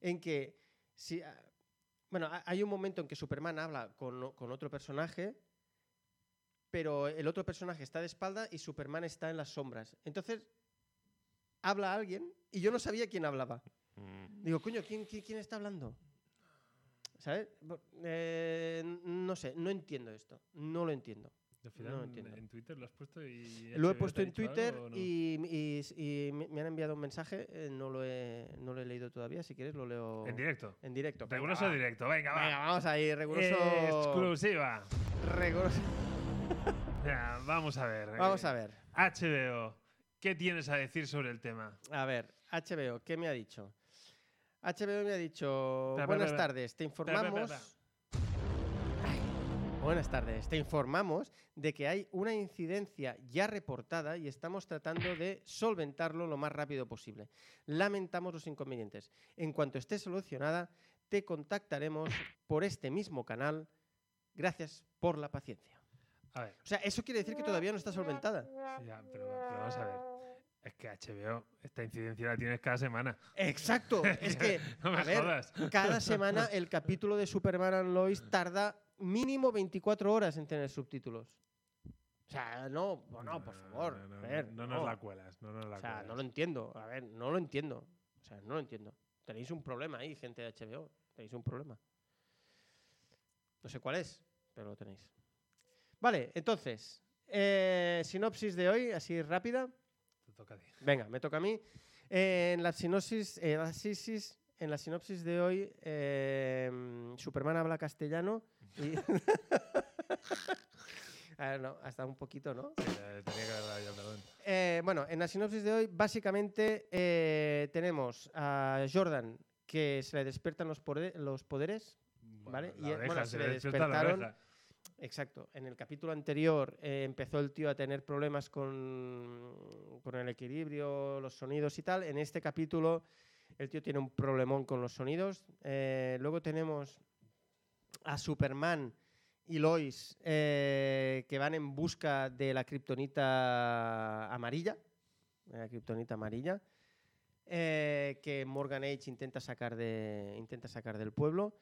en que, si, ah, bueno, ha- hay un momento en que Superman habla con, o- con otro personaje, pero el otro personaje está de espalda y Superman está en las sombras. Entonces, habla alguien y yo no sabía quién hablaba. Digo, coño, ¿quién, quién, quién está hablando? ¿Sabes? Bo- eh, n- no sé, no entiendo esto. No lo entiendo.
Al final,
lo entiendo.
en Twitter lo has puesto y.
Lo
HBO
he
te
puesto
ha
en
dicho
Twitter
algo o no?
y, y s- y me me han enviado un mensaje. eh, no, lo he, no lo he leído todavía. Si quieres, lo leo
En directo.
en directo. Venga,
Riguroso
va.
directo, venga,
Venga,
va.
vamos ahí, riguroso.
Exclusiva.
riguroso.
Ya, vamos a ver.
Vamos
eh,
a ver.
HBO, ¿qué tienes a decir sobre el tema?
A ver, HBO, ¿qué me ha dicho? HBO me ha dicho,
Espera, espera,
buenas
espera.
tardes, te
espera, espera,
informamos. Buenas tardes. Te informamos de que hay una incidencia ya reportada y estamos tratando de solventarlo lo más rápido posible. Lamentamos los inconvenientes. En cuanto esté solucionada, te contactaremos por este mismo canal. Gracias por la paciencia.
A ver,
O sea, eso quiere decir que todavía no está solventada.
ya, pero, pero vamos a ver. Es que HBO, esta incidencia la tienes cada semana.
Exacto. Es que,
No me
a ver,
jodas.
cada semana el capítulo de Superman and Lois tarda mínimo 24 horas en tener subtítulos. O sea, no, bueno, por favor.
No, no,
a ver,
no nos la pues. cuelas, no nos la
O sea,
cuelas.
no lo entiendo. A ver, no lo entiendo. O sea, no lo entiendo. Tenéis un problema ahí, gente de HBO. Tenéis un problema. No sé cuál es, pero lo tenéis. Vale, entonces, eh, sinopsis de hoy, así rápida.
Te toca a ti.
Venga, me toca a mí. Eh, en, la sinopsis, eh, la sisis- en la sinopsis de hoy, eh, mm, Superman habla castellano y... a ver, no, hasta un poquito, ¿no?
Eh, Tenía que haber dado yo, perdón.
Eh, bueno, en la sinopsis de hoy, básicamente eh, tenemos a Jordan que se le despiertan los, pode- los poderes.
Bueno,
Vale,
la
y, eh,
oreja,
bueno,
se
se
le
le
despierta
despertaron.
la oreja.
Exacto. En el capítulo anterior eh, empezó el tío a tener problemas con, con el equilibrio, los sonidos y tal. En este capítulo el tío tiene un problemón con los sonidos. Eh, luego tenemos a Superman y Lois eh, que van en busca de la kriptonita amarilla. de La kriptonita amarilla. eh, que Morgan Age intenta sacar, de, intenta sacar del pueblo.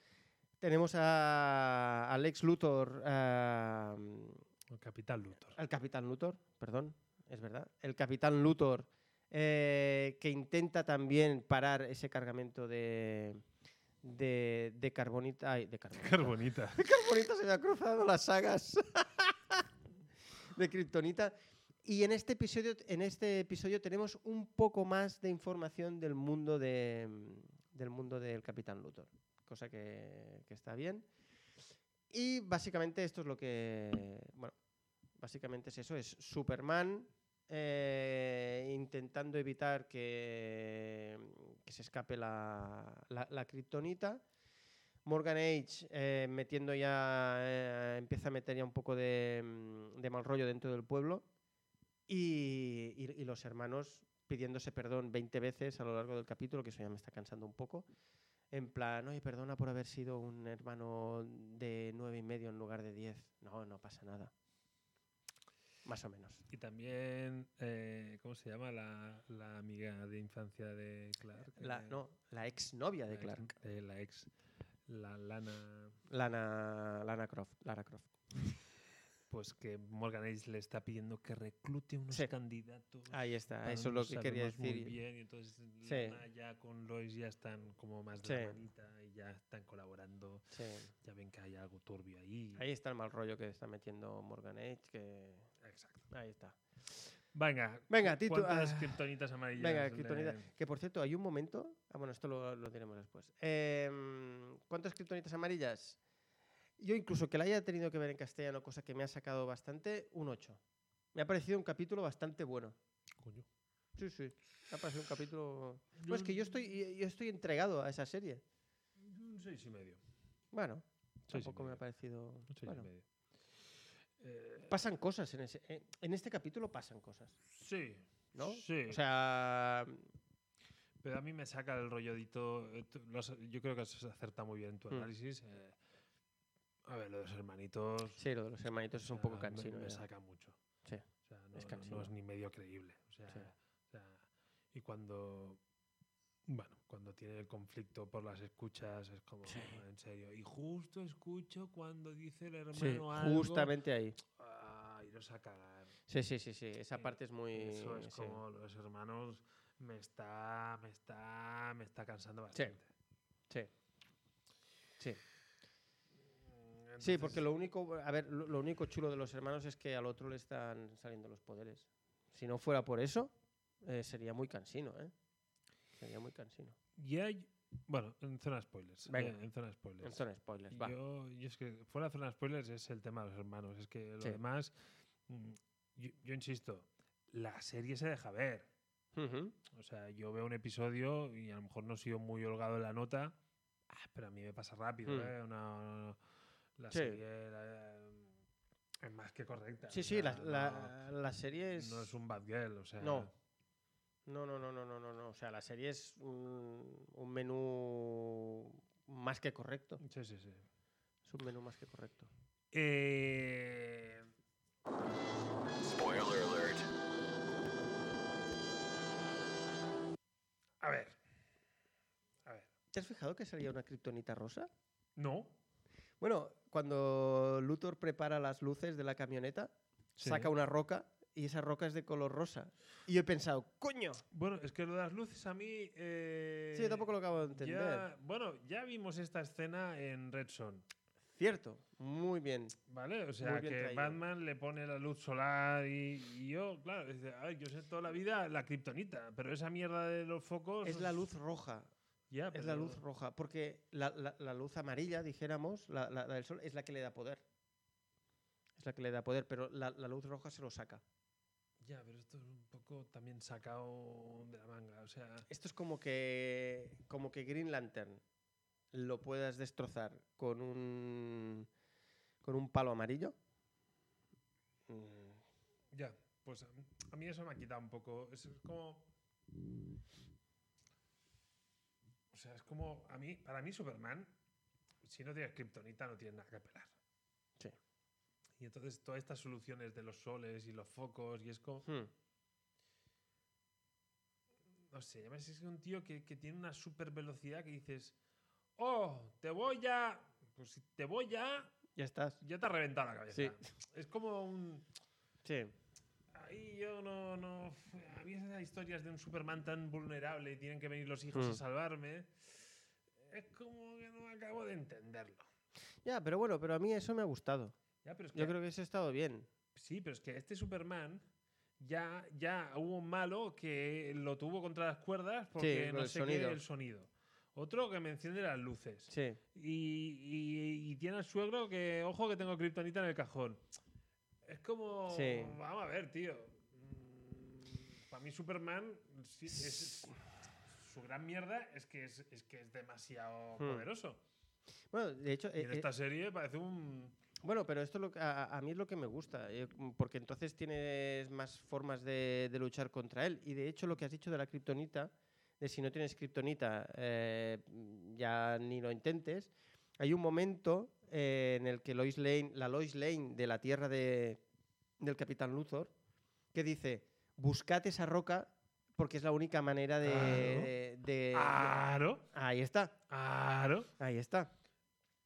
Tenemos a, Alex Luthor, ah,
El Capitán Luthor.
al Capitán Luthor, perdón, es verdad. El Capitán Luthor eh, que intenta también parar ese cargamento de, de, de carbonita. ay, de carbonita.
Carbonita.
carbonita se me ha cruzado las sagas de Kryptonita. Y en este, episodio, en este episodio tenemos un poco más de información del mundo, de, del mundo del Capitán Luthor, cosa que, que está bien. Y básicamente esto es lo que... Bueno, básicamente es eso, es Superman eh, intentando evitar que, que se escape la, la, la kriptonita. Morgan Age eh, metiendo ya, eh, empieza a meter ya un poco de, mm, de mal rollo dentro del pueblo. Y, y- y los hermanos pidiéndose perdón 20 veces a lo largo del capítulo, que eso ya me está cansando un poco. En plan, oye, perdona por haber sido un hermano de nueve y medio en lugar de 10. No, no pasa nada. Más o menos.
Y también, eh, ¿cómo se llama la, la amiga de infancia de Clark?
La,
Eh,
no, la exnovia
la
de
ex-
Clark.
eh, la ex, la lana.
Lana, Lana Croft. Lara Croft.
Pues que Morgan Age le está pidiendo que reclute unos
Sí.
candidatos.
Ahí está,
tal,
eso es
no
lo que quería
sabemos muy
decir.
bien, y entonces
Sí.
Lana ya con Lois ya están como más de
Sí.
la manita y ya están colaborando.
Sí.
Ya ven que hay algo turbio ahí.
Ahí está el mal rollo que está metiendo Morgan Edge, que
Exacto.
ahí está.
Venga,
Venga, Tito.
¿cuántas
ah,
kriptonitas amarillas?
venga,
le-
kriptonita. Que por cierto, hay un momento. Ah, bueno, esto lo, lo diremos después. Em, ¿Cuántas kriptonitas amarillas? Yo incluso que la haya tenido que ver en castellano, cosa que me ha sacado bastante, un 8. Me ha parecido un capítulo bastante bueno.
Coño.
Sí, sí. Me ha parecido un capítulo. No, es que yo estoy, yo estoy entregado a esa serie.
Un Mm, seis y medio.
Bueno,
Seis y
tampoco me ha
medio.
parecido.
Un seis
bueno.
y medio. Eh,
pasan cosas en ese. eh, En este capítulo pasan cosas.
sí.
¿no?
Sí.
O sea,
Pero a mí me saca el rolladito. eh, tú- lo has- Yo creo que has acertado muy bien en tu
Mm.
análisis. eh, a ver, lo de los hermanitos.
sí, lo de los hermanitos es un poco
o sea, me-
cansino.
Ah, Me,
ya.
saca mucho.
Sí,
O sea, no,
es
no- no
cansino.
es ni medio creíble. O sea,
Sí.
o sea, y cuando. Bueno, cuando tiene el conflicto por las escuchas es como,
Sí.
en serio. Y justo escucho cuando dice el hermano
Sí,
algo.
justamente ahí.
Ah, iros a cagar.
Sí, sí, sí, sí. Esa parte es muy.
Eso es
sí.
como los hermanos me está, me está, me está cansando bastante.
Sí. Sí.
Mm,
Sí,
entonces,
porque lo único, a ver, lo, lo único chulo de los hermanos es que al otro le están saliendo los poderes. Si no fuera por eso, eh, sería muy cansino, ¿eh? Sería muy cansino.
y hay- bueno, en zona spoilers.
Venga.
eh, en zona spoilers.
Esto no es spoilers, va.
Yo, yo es que fuera zona spoilers es el tema de los hermanos. Es que lo
Sí.
demás, mm, yo, yo insisto, la serie se deja ver.
Ujú.
O sea, yo veo un episodio y a lo mejor no he sido muy holgado en la nota, ah, pero a mí me pasa rápido.
Mm.
¿eh? Una- la
Sí.
serie, la- em, Es más que correcta.
Sí,
o
sí,
sea,
la,
no-
la- la serie es.
No es un bad girl, o sea.
No. No, no, no, no, no, no, no. O sea, la serie es un, un menú más que correcto.
Sí, sí, sí.
Es un menú más que correcto.
Eh,
Spoiler alert.
a ver. A ver.
¿Te has fijado que salía una kriptonita rosa?
No.
Bueno, cuando Luthor prepara las luces de la camioneta,
Sí.
saca una roca y esa roca es de color rosa. Y yo he pensado, ¡coño!
Bueno, es que lo de las luces a mí. eh,
Sí, yo tampoco lo acabo de entender.
ya- bueno, ya vimos esta escena en Red Son,
Cierto, muy bien.
¿vale? O sea,
Muy bien
que
traído.
Batman le pone la luz solar y, y yo, claro, dice, "Ay, yo sé toda la vida la kriptonita, pero esa mierda de los focos.
Es la luz roja.
Ya,
Es la
pero-
luz roja, porque la, la- la luz amarilla, dijéramos, la, la- la del sol, es la que le da poder. Es la que le da poder, pero la, la luz roja se lo saca.
Ya, pero esto es un poco también sacado de la manga, o sea.
Esto es como que, como que Green Lantern lo puedas destrozar con un, con un palo amarillo. Mm,
Ya, pues a mí- a mí eso me ha quitado un poco. Es como. O sea, es como. A mí, para mí, Superman, si no tienes kriptonita, no tienes nada que apelar.
Sí.
Y entonces todas estas soluciones de los soles y los focos y es como.
hmm.
No sé, ya me es un tío que, que tiene una super velocidad que dices. ¡Oh! ¡Te voy a. Pues si te voy a.
Ya estás.
Ya te ha reventado la cabeza.
Sí.
Es como un.
Sí.
Ahí yo no, no. A mí esas historias de un Superman tan vulnerable y tienen que venir los hijos
Mm.
a salvarme. Es como que no acabo de entenderlo.
Ya, pero bueno, pero a mí eso me ha gustado.
Ya, pero es que,
Yo creo que eso ha estado bien.
Sí, pero es que este Superman ya, ya hubo un malo que lo tuvo contra las cuerdas porque
con
no
el
sé
sonido.
qué el sonido. Otro que me enciende las luces.
Sí.
Y, y- y tiene al suegro que, ojo, que tengo kriptonita en el cajón. Es como.
Sí.
Vamos a ver, tío. Mm, Para mí, Superman. sí, es- su gran mierda es que es, es que es demasiado poderoso.
Bueno, de hecho,
Y
eh,
en
Hmm. eh,
esta serie parece un.
Bueno, pero esto lo, que- a, a- a mí es lo que me gusta, eh, m- porque entonces tienes más formas de, de luchar contra él. Y de hecho lo que has dicho de la kriptonita, de si no tienes kriptonita eh, mm, ya ni lo intentes, hay un momento eh, en el que Lois Lane, la Lois Lane de la tierra de, del Capitán Luthor, que dice, buscad esa roca porque es la única manera de... de- de-
Ah. ¡Aro!
Ahí está.
¡Aro!
Ahí está.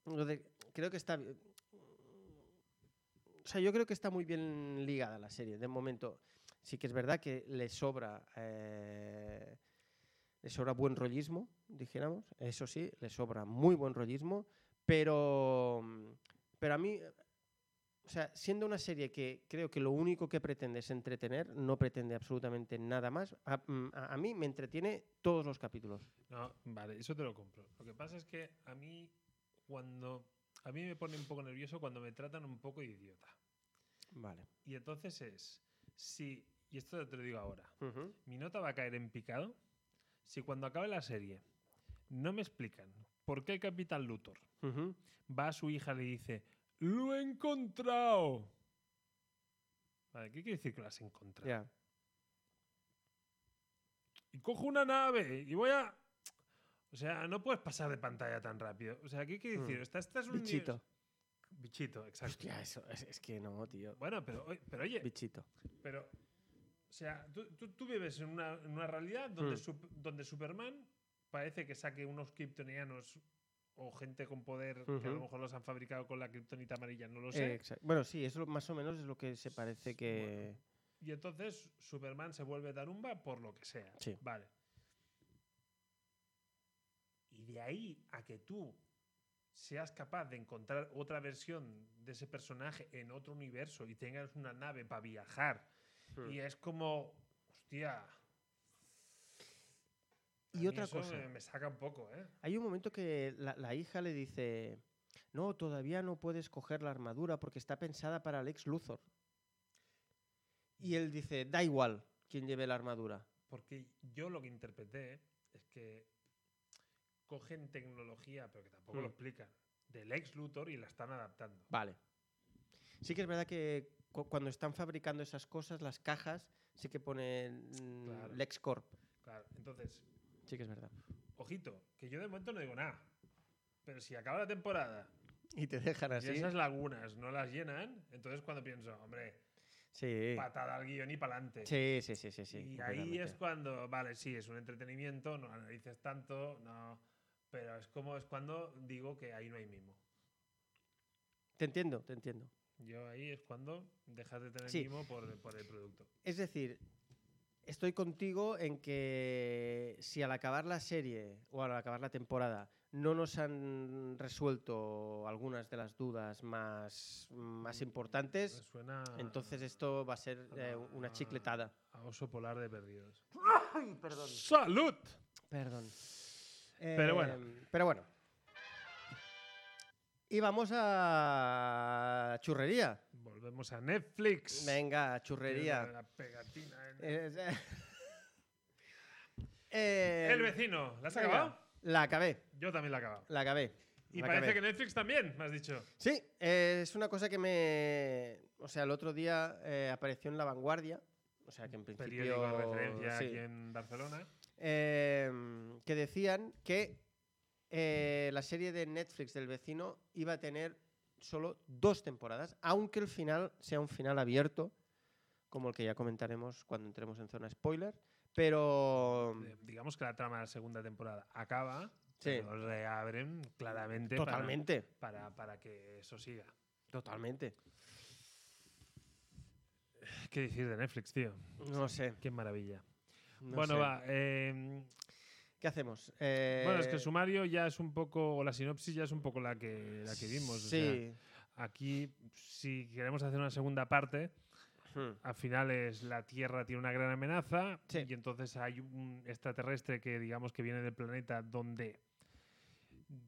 Entonces, creo que está. bi- O sea, yo creo que está muy bien ligada la serie, de momento. Sí que es verdad que le sobra. eh, le sobra buen rollismo, dijéramos. Eso sí, le sobra muy buen rollismo. Pero. mm, Pero a mí. eh, O sea, siendo una serie que creo que lo único que pretende es entretener, no pretende absolutamente nada más. A, mm, a- a mí me entretiene todos los capítulos.
No, vale, eso te lo compro. Lo que pasa es que a mí, cuando. A mí me pone un poco nervioso cuando me tratan un poco idiota.
Vale.
Y entonces es. Si. Y esto te lo digo ahora. mi nota va a caer en picado si cuando acabe la serie no me explican por qué el capitán Luthor va a su hija y le dice ¡Lo he encontrado! Vale, ¿qué quiere decir que lo has
Ya.
encontrado? Y cojo una nave y voy a... O sea, no puedes pasar de pantalla tan rápido. O sea, ¿qué quiere decir?
Mm.
Esta, esta es un... nivel-
Bichito.
Bichito, exacto.
Hostia, eso es, es que no, tío.
Bueno, pero, oye- pero oye,
Bichito.
Pero, o sea, tú, tú- tú vives en una, en una realidad donde,
Mm.
sup- donde Superman parece que saque unos kryptonianos o gente con poder que a lo
Ujú.
mejor los han fabricado con la kryptonita amarilla, no lo
Eh,
sé.
exa- Bueno, sí, eso más o menos es lo que se parece que.
Y entonces Superman se vuelve Darumba por lo que sea.
Sí.
Vale. Y de ahí a que tú seas capaz de encontrar otra versión de ese personaje en otro universo y tengas una nave para viajar.
Hmm.
Y es como, hostia. a
Y
mí
otra
eso
cosa.
Me, me saca un poco, ¿eh?
Hay un momento que la, la hija le dice: No, todavía no puedes coger la armadura porque está pensada para Lex Luthor. Y él dice: Da igual quien lleve la armadura.
Porque yo lo que interpreté es que cogen tecnología, pero que tampoco
Hmm.
lo explican, del ex Luthor y la están adaptando.
Vale. Sí que es verdad que cu- cuando están fabricando esas cosas, las cajas, sí que ponen mm,
Claro.
LexCorp.
Claro, entonces,
Sí que es verdad.
ojito, que yo de momento no digo nada. Pero si acaba la temporada
Y te dejan
y
así.
esas lagunas no las llenan, entonces cuando pienso, hombre,
Sí.
patada al guión y pa'lante.
sí, sí, sí, sí, sí,
y ahí
completamente.
es cuando, vale, sí, es un entretenimiento, no analices tanto, no. Pero es como es cuando digo que ahí no hay mimo.
Te entiendo, te entiendo.
Yo ahí es cuando dejas de tener
Sí.
mimo por, por el producto.
Es decir, estoy contigo en que si al acabar la serie o al acabar la temporada no nos han resuelto algunas de las dudas más, más
Me
importantes,
suena
entonces esto va a ser eh, una chicletada.
a oso polar de perdidos.
Perdón.
¡Salud!
Perdón.
Pero bueno.
Eh, Pero bueno. Y vamos a churrería.
Volvemos a Netflix.
Venga,
Tiene
churrería.
La pegatina. en-
Es- Eh,
El vecino, ¿la has
venga,
acabado?
La acabé,
Yo también la he acabado.
la acabé.
Y
la
parece
acabé.
que Netflix también, me has dicho.
Sí, eh, es una cosa que me... O sea, el otro día eh, apareció en La Vanguardia. O sea, que en principio...
Periódico de referencia
sí.
aquí en Barcelona.
Eh, que decían que eh, la serie de Netflix del vecino iba a tener solo dos temporadas, aunque el final sea un final abierto, como el que ya comentaremos cuando entremos en zona spoiler. Pero...
Eh, digamos que la trama de la segunda temporada acaba,
Mm. Sí.
pero reabren claramente para-
Totalmente.
para, para que eso siga.
Totalmente.
¿Qué decir de Netflix, tío?
No sé.
Qué maravilla.
no
bueno,
sé.
va. eh,
¿Qué hacemos? Eh,
Bueno, es que el sumario ya es un poco, o la sinopsis ya es un poco la que, la que vimos. o sea,
Sí.
aquí, si queremos hacer una segunda parte,
Hmm.
al final es la Tierra tiene una gran amenaza
Sí.
y entonces hay un extraterrestre que digamos que viene del planeta donde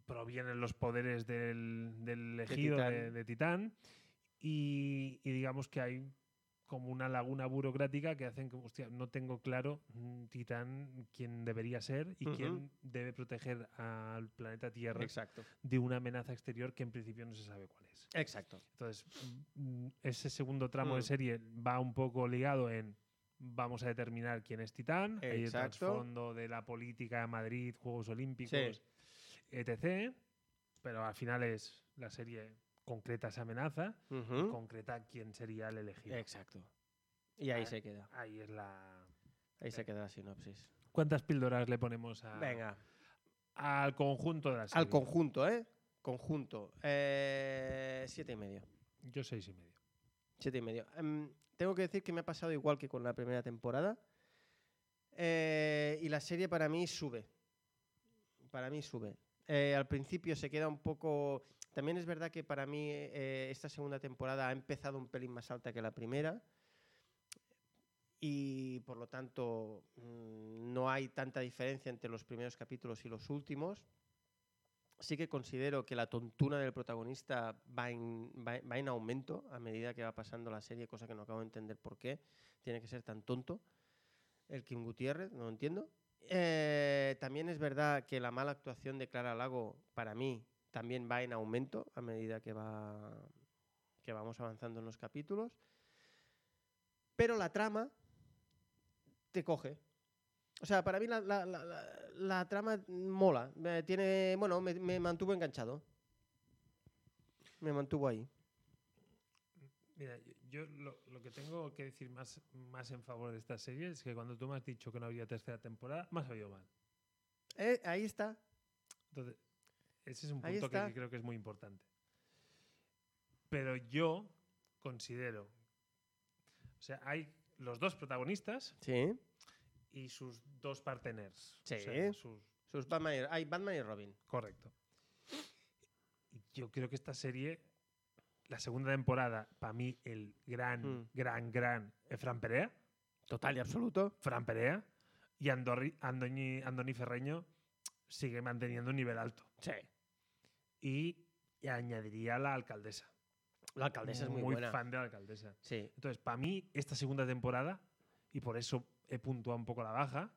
provienen los poderes del, del ejido
Titán.
de, de Titán y, y digamos que hay como una laguna burocrática que hacen que, hostia, no tengo claro mm, Titán quién debería ser y
Ujú.
quién debe proteger al planeta Tierra
Exacto.
de una amenaza exterior que en principio no se sabe cuál es.
Exacto.
Entonces, mm, ese segundo tramo de
Mm.
serie va un poco ligado en vamos a determinar quién es Titán, hay el
Exacto.
trasfondo de la política de Madrid, Juegos Olímpicos, etc. Pero al final es la serie concreta esa amenaza,
Ujú.
concreta quién sería el elegido.
Exacto. Y ahí
Ah.
se queda.
Ahí es la...
Ahí se queda la sinopsis.
¿Cuántas píldoras le ponemos a-
Venga.
al conjunto de la serie?
Al conjunto, ¿eh? Conjunto. Eh, siete y medio.
Yo seis y medio.
Siete y medio. Em, tengo que decir que me ha pasado igual que con la primera temporada. Eh, y la serie para mí sube. Para mí sube. Eh, al principio se queda un poco... También es verdad que para mí eh, esta segunda temporada ha empezado un pelín más alta que la primera. Y por lo tanto mm, no hay tanta diferencia entre los primeros capítulos y los últimos. Sí que considero que la tontuna del protagonista va en, va, va en aumento a medida que va pasando la serie, cosa que no acabo de entender por qué tiene que ser tan tonto. El Kim Gutiérrez, no lo entiendo. Eh, también es verdad que la mala actuación de Clara Lago, para mí, también va en aumento a medida que, va, que vamos avanzando en los capítulos. Pero la trama te coge. O sea, para mí la, la- la- la- la trama mola. Me tiene, bueno, me, me mantuvo enganchado. Me mantuvo ahí.
Mira, yo- yo lo, lo que tengo que decir más, más en favor de esta serie es que cuando tú me has dicho que no había tercera temporada, me has oído mal.
Eh, ahí está.
Entonces, ese es un
Ahí
punto que
está.
creo que es muy importante. Pero yo considero, o sea, hay los dos protagonistas
Sí.
y sus dos partners.
Sí.
O sea, sus-
Sus Batman y, ay, Batman y Robin.
correcto. Y yo creo que esta serie, la segunda temporada, para mí el gran,
Mm.
gran, gran Fran Perea.
Total y absoluto.
Fran Perea y Andorri- Andoni, Andoni Ferreño sigue manteniendo un nivel alto.
Sí.
Y añadiría la alcaldesa.
La alcaldesa es muy, buena.
fan de la alcaldesa.
Sí.
Entonces, para mí, esta segunda temporada, y por eso he puntuado un poco la baja,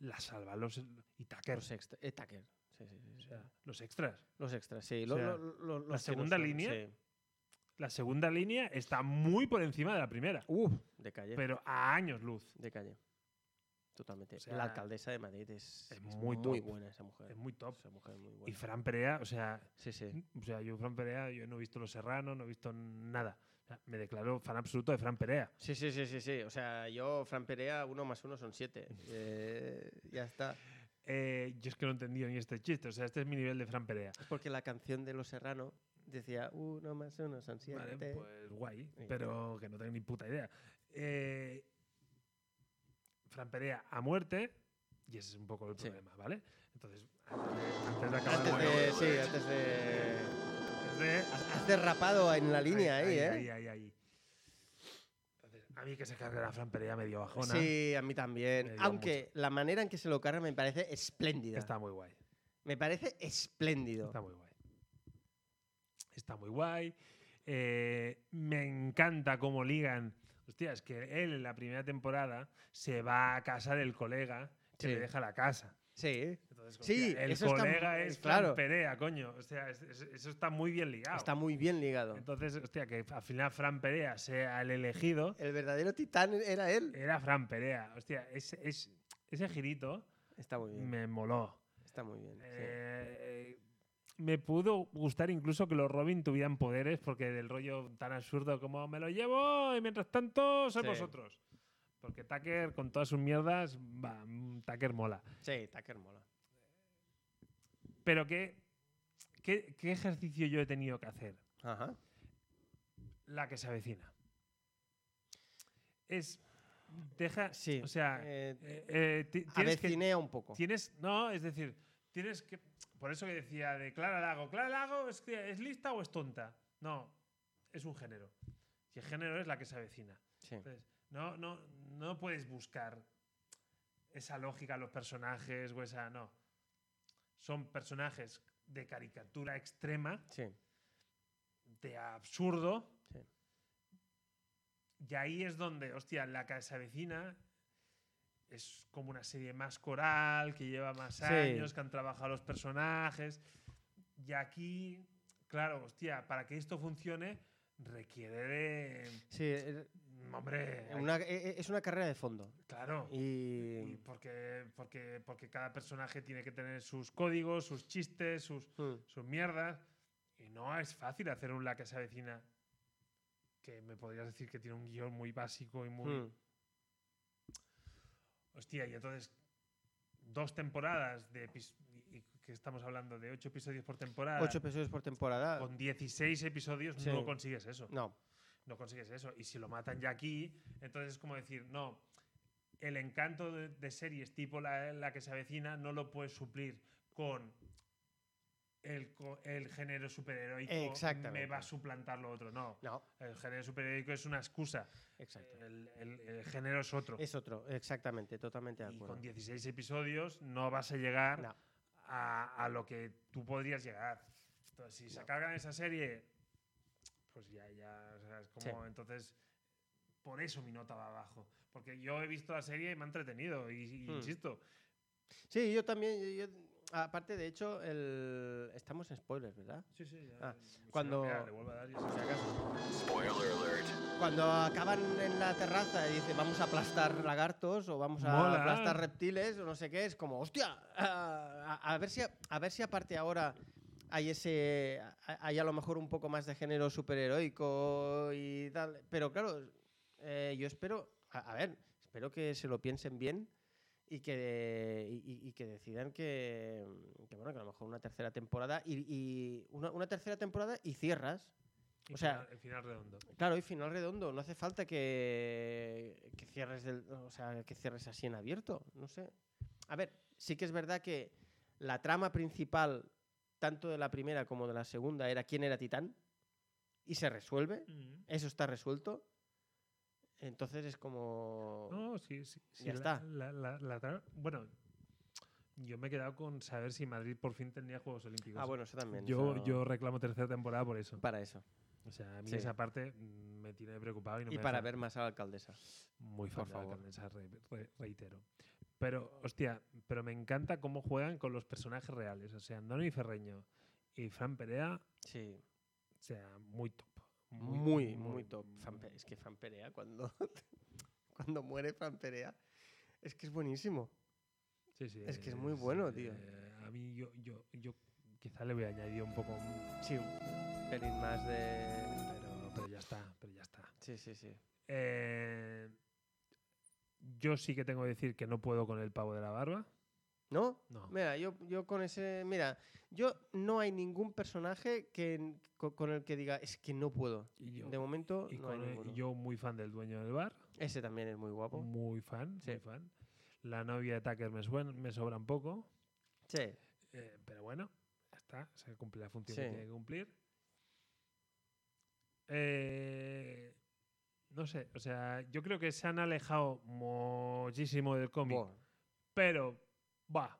la salvan los, y Tucker,
Los extras. eh, Tucker. Sí, sí, sí,
o
sí.
sea, los extras.
Los extras, sí.
o
lo-
sea,
lo- lo- los que no
segunda
son,
línea,
sí.
La segunda línea está muy por encima de la primera,
Uf, de calle.
pero a años luz.
De calle. Totalmente.
O sea,
la alcaldesa de Madrid es,
es muy top.
buena esa mujer.
Es muy top.
Esa mujer es muy
Y
buena.
Fran Perea, o sea,
Sí, sí.
Mm, o sea, yo Fran Perea, yo no he visto Los Serranos, no he visto nada. O sea, me declaro fan absoluto de Fran Perea.
Sí, sí, sí, sí, sí. O sea, yo, Fran Perea, uno más uno son siete. Eh, ya está.
Eh, yo es que no he entendido ni este chiste, o sea, este es mi nivel de Fran Perea.
Es porque la canción de Los Serrano decía uno más uno son siete.
Vale, pues guay,
este Sí.
pero que no tengo ni puta idea. Eh, Fran Perea a muerte, y ese es un poco el
Sí.
problema, ¿vale? Entonces, antes de acabar
Antes
bueno,
de. Sí, antes de.
antes de-
Has has derrapado en la línea ahí, ¿eh?
Ahí, ahí, ahí. Entonces, a mí que se cargue la Fran Perea medio bajona.
Sí, a mí
Me
también.
dio
Aunque la manera en que se lo carga me parece espléndida.
Está muy guay.
Me parece espléndido.
Está muy guay. Está muy guay. Eh, me encanta cómo ligan. Hostia, es que él en la primera temporada se va a casa del colega que
Sí.
le deja la casa.
Sí,
Entonces,
Sí,
hostia, el
eso está
colega
muy-
es
claro.
claro. Perea, coño. O sea, es- es- eso está muy bien ligado.
está muy bien ligado.
Entonces, hostia, que al final Fran Perea sea el elegido,
El verdadero titán era él.
era Fran Perea. Hostia, es- es- ese girito
Está muy bien.
me moló.
Está muy bien. sí.
Eh, me pudo gustar incluso que los Robin tuvieran poderes, porque del rollo tan absurdo como me lo llevo y mientras tanto sois
Sí.
vosotros. Porque Tucker, con todas sus mierdas, va, mm, Tucker mola.
Sí, Tucker mola.
Pero ¿qué, qué, qué ejercicio yo he tenido que hacer?
Ajá.
La que se avecina. Es. Deja.
Sí.
O sea.
eh,
eh, eh, ti- tienes que-
avecinea un poco.
Tienes, no, es decir, tienes que. Por eso que decía de Clara Lago. ¿Clara Lago es, que- es lista o es tonta? No, es un género. Y el género es la que se avecina.
Sí.
Entonces, no, no, no puedes buscar esa lógica a los personajes o esa. No. Son personajes de caricatura extrema,
sí.
de absurdo.
Sí.
Y ahí es donde, hostia, la casa vecina es como una serie más coral, que lleva más
Sí.
años, que han trabajado los personajes. Y aquí, claro, hostia, para que esto funcione requiere de... mm,
Sí, eh,
Hombre, hay-
una- eh, eh, es una carrera de fondo.
claro. Y
Y.
porque, porque, porque cada personaje tiene que tener sus códigos, sus chistes, sus,
Mm,
sus mierdas. Y no es fácil hacer un La Casa Vecina que me podrías decir que tiene un guión muy básico y muy...
mm,
Hostia, y entonces dos temporadas de... epis- y- y que estamos hablando de ocho episodios por temporada.
Ocho episodios por temporada.
con 16 episodios
Sí.
no consigues eso. No.
No.
consigues eso. Y si lo matan ya aquí, entonces es como decir, no, el encanto de, de series tipo la, la que se avecina no lo puedes suplir con el, co- el género superheroico. Me
Exactamente.
va a suplantar lo otro. No,
No.
el género superheroico es una excusa.
Exacto.
El, el- el género es otro.
Es otro. Exactamente. Totalmente de
y
acuerdo.
con 16 episodios no vas a llegar
No.
a, a lo que tú podrías llegar. Entonces, si se
No.
cargan esa serie, pues ya, ya, o sea, es
Sí.
como, entonces, por eso mi nota va abajo. Porque yo he visto la serie y me ha entretenido, y, y
Hmm.
insisto.
Sí, yo también. yo- yo- aparte, de hecho, el... estamos en spoilers, ¿verdad?
Sí, sí, ya,
Ah,
eh, si no,
cuando-
mira, le vuelvo a dar y ya
Si
está.
acaso.
Spoiler alert.
Cuando acaban en la terraza y dicen vamos a aplastar lagartos o vamos a
Mola.
aplastar reptiles o no sé qué, es como, hostia, ah, a, a ver, si, a, a ver si aparte ahora hay ese a- hay a lo mejor un poco más de género superheroico y tal. Pero claro, eh, yo espero, a, a ver, espero que se lo piensen bien y que, y- y, y que decidan que, que, bueno, que a lo mejor una tercera temporada y, y una, una tercera temporada y cierras.
Y
o sea,
final- el final redondo.
Claro, y final redondo. No hace falta que, que cierres del- o sea, que cierres así en abierto. No sé. A ver, sí que es verdad que la trama principal, tanto de la primera como de la segunda, era quién era Titán. Y se resuelve. Eso está resuelto. Entonces es como.
No, sí, sí. sí,
Ya
la-
está.
la- la- la tra- bueno, yo me he quedado con saber si Madrid por fin tendría Juegos Olímpicos.
ah, bueno, eso también.
yo,
eso-
yo reclamo tercera temporada por eso.
Para eso.
O sea, a mí
Sí.
esa parte mm, me tiene preocupado y no
y
me
para
deja
ver más a la alcaldesa.
muy
por
fan de la
favor.
Cardenesa, re- re- reitero. Pero, hostia, pero me encanta cómo juegan con los personajes reales. O sea, Andoni Ferreño y Fran Perea,
Sí.
o sea, muy top.
muy, muy, top. Fanpe- es que Fanperea, cuando, cuando muere Fanperea, es que es buenísimo.
Sí, sí,
Es que es muy bueno, tío.
eh, a mí yo, yo, yo quizá le voy a añadir un poco, mm,
Sí, un pelín más de...
pero, pero ya está, pero ya está.
Sí, sí, sí.
Eh, yo sí que tengo que decir que no puedo con el pavo de la barba.
¿No?
No.
Mira, yo, yo con ese... Mira, yo no hay ningún personaje que, en- co- con el que diga, es que no puedo.
Y yo,
de momento,
y
no hay
con el-
ninguno.
yo Mm. muy fan del dueño del bar,
Ese también es muy guapo.
muy fan,
Sí.
muy fan. La novia de Tucker me, suena, me sobra un poco,
Sí.
eh, pero bueno, ya está, se cumple la función
Sí.
que tiene que cumplir. Eh, no sé, o sea, yo creo que se han alejado muchísimo del cómic,
Buah.
pero va.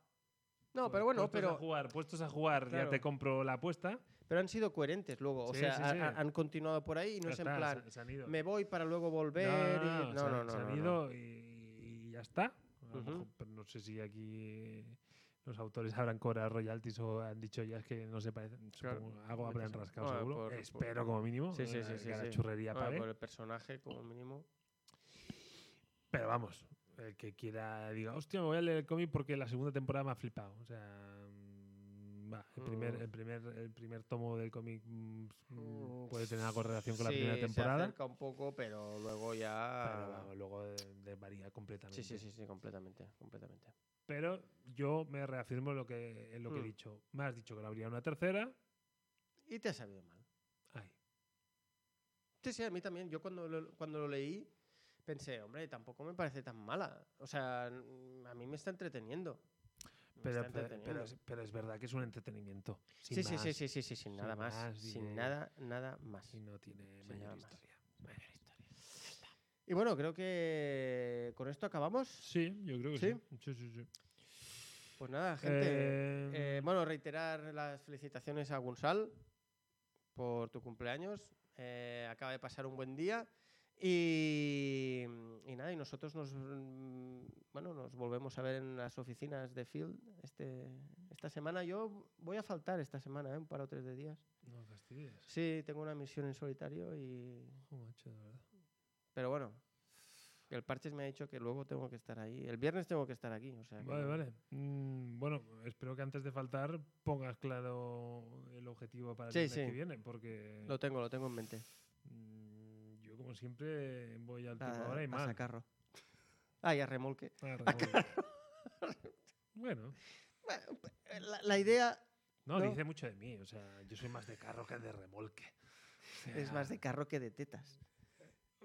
No, pero bueno,
puestos
pero...
a jugar, puestos a jugar,
Claro.
ya te compro la apuesta.
Pero han sido coherentes luego. o
Sí,
sea,
sí,
ha-
sí.
ha- han continuado por ahí y no
Ya
es en
está,
plan,
se- se han ido.
me voy para luego volver. y-
No, no, no, se
No,
han-
no,
se
no.
han
no, no.
ido y, y ya está. A lo
Ujú.
mejor, pero no sé si aquí los autores habrán cobrado royalties o han dicho ya es que no se parecen.
Claro.
supongo, algo habrán
Entonces,
rascado
ah,
seguro.
por- por-
Espero como mínimo.
Sí, sí,
eh,
sí, sí,
que la
sí.
churrería
Ah,
pague.
por el personaje, como mínimo.
Pero vamos, el que quiera diga, hostia, me voy a leer el cómic porque la segunda temporada me ha flipado. O sea, mm, va, el primer,
Mm.
el primer, el primer tomo del cómic mm,
Mm,
puede tener algo de relación con la
Sí,
primera
Se
temporada.
acerca un poco, pero luego
Pero
ya.
vamos, luego eh, de- varía completamente.
sí, sí, sí, sí, completamente. completamente.
Pero yo me reafirmo en lo que, en lo que he
Mm.
dicho. Me has dicho que no habría una tercera.
Y te ha sabido mal.
Ay,
Sí, sí, a mí también. Yo cuando lo, cuando lo leí pensé, hombre, tampoco me parece tan mala. O sea, n- a mí me está entreteniendo. Me
pero,
está
pero,
entreteniendo.
pero es, pero es verdad que es un entretenimiento. sin
sí, sí, sí,
más,
sí, sí, sí, sin nada
sin
más.
más,
sin
diré.
nada, nada más.
Y no tiene
Sin nada
mayor
más.
historia. Mayor historia.
Y bueno, creo que con esto acabamos.
Sí, yo creo que
¿Sí?
sí. Sí, sí, sí.
Pues nada, gente.
Eh,
eh, bueno, reiterar las felicitaciones a Gunsal por tu cumpleaños. Eh, acaba de pasar un buen día. Y, y nada, y nosotros nos, mm, bueno, nos volvemos a ver en las oficinas de Field este, esta semana. Yo voy a faltar esta semana, ¿eh? un par o tres de días.
No me fastidies.
Sí, tengo una misión en solitario y
Jo, macho, de verdad.
Pero bueno, el Parches me ha dicho que luego tengo que estar ahí. El viernes tengo que estar aquí. O sea que-
Vale, vale. Mm, bueno, espero que antes de faltar pongas claro el objetivo para el
Sí,
viernes
sí.
que viene, porque
Lo tengo, lo tengo en mente.
mm, yo como siempre voy al
A-
última hora y
a
mal.
sacarlo. Ah, y a remolque.
Ah, Ramón. Bueno,
Eh, La, la idea
no,
No.
dice mucho de mí. O sea, yo soy más de carro que de remolque. O
es más de
sea,
carro que de tetas.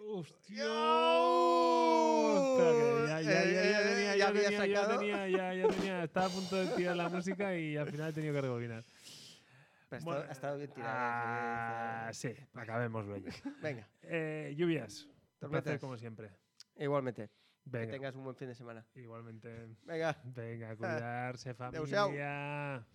¡Hostia! Ostras, que Ya, ya,
Eh,
ya, ya
eh,
tenía,
ya
ya
había
tenía, ya
sacado.
tenía, ya, ya tenía. Estaba a punto de tirar la música y al final he tenido que rebobinar.
Pero ha estado,
Bueno,
ha estado bien tirada.
Ah,
sí,
sí, acabémoslo ya.
sí. Venga,
Eh, lluvias. Un placer
Tormentas.
como siempre.
igualmente. Que
Venga.
tengas un buen fin de semana.
Igualmente.
Venga.
Venga, cuidarse,
Adeu, chao.
familia.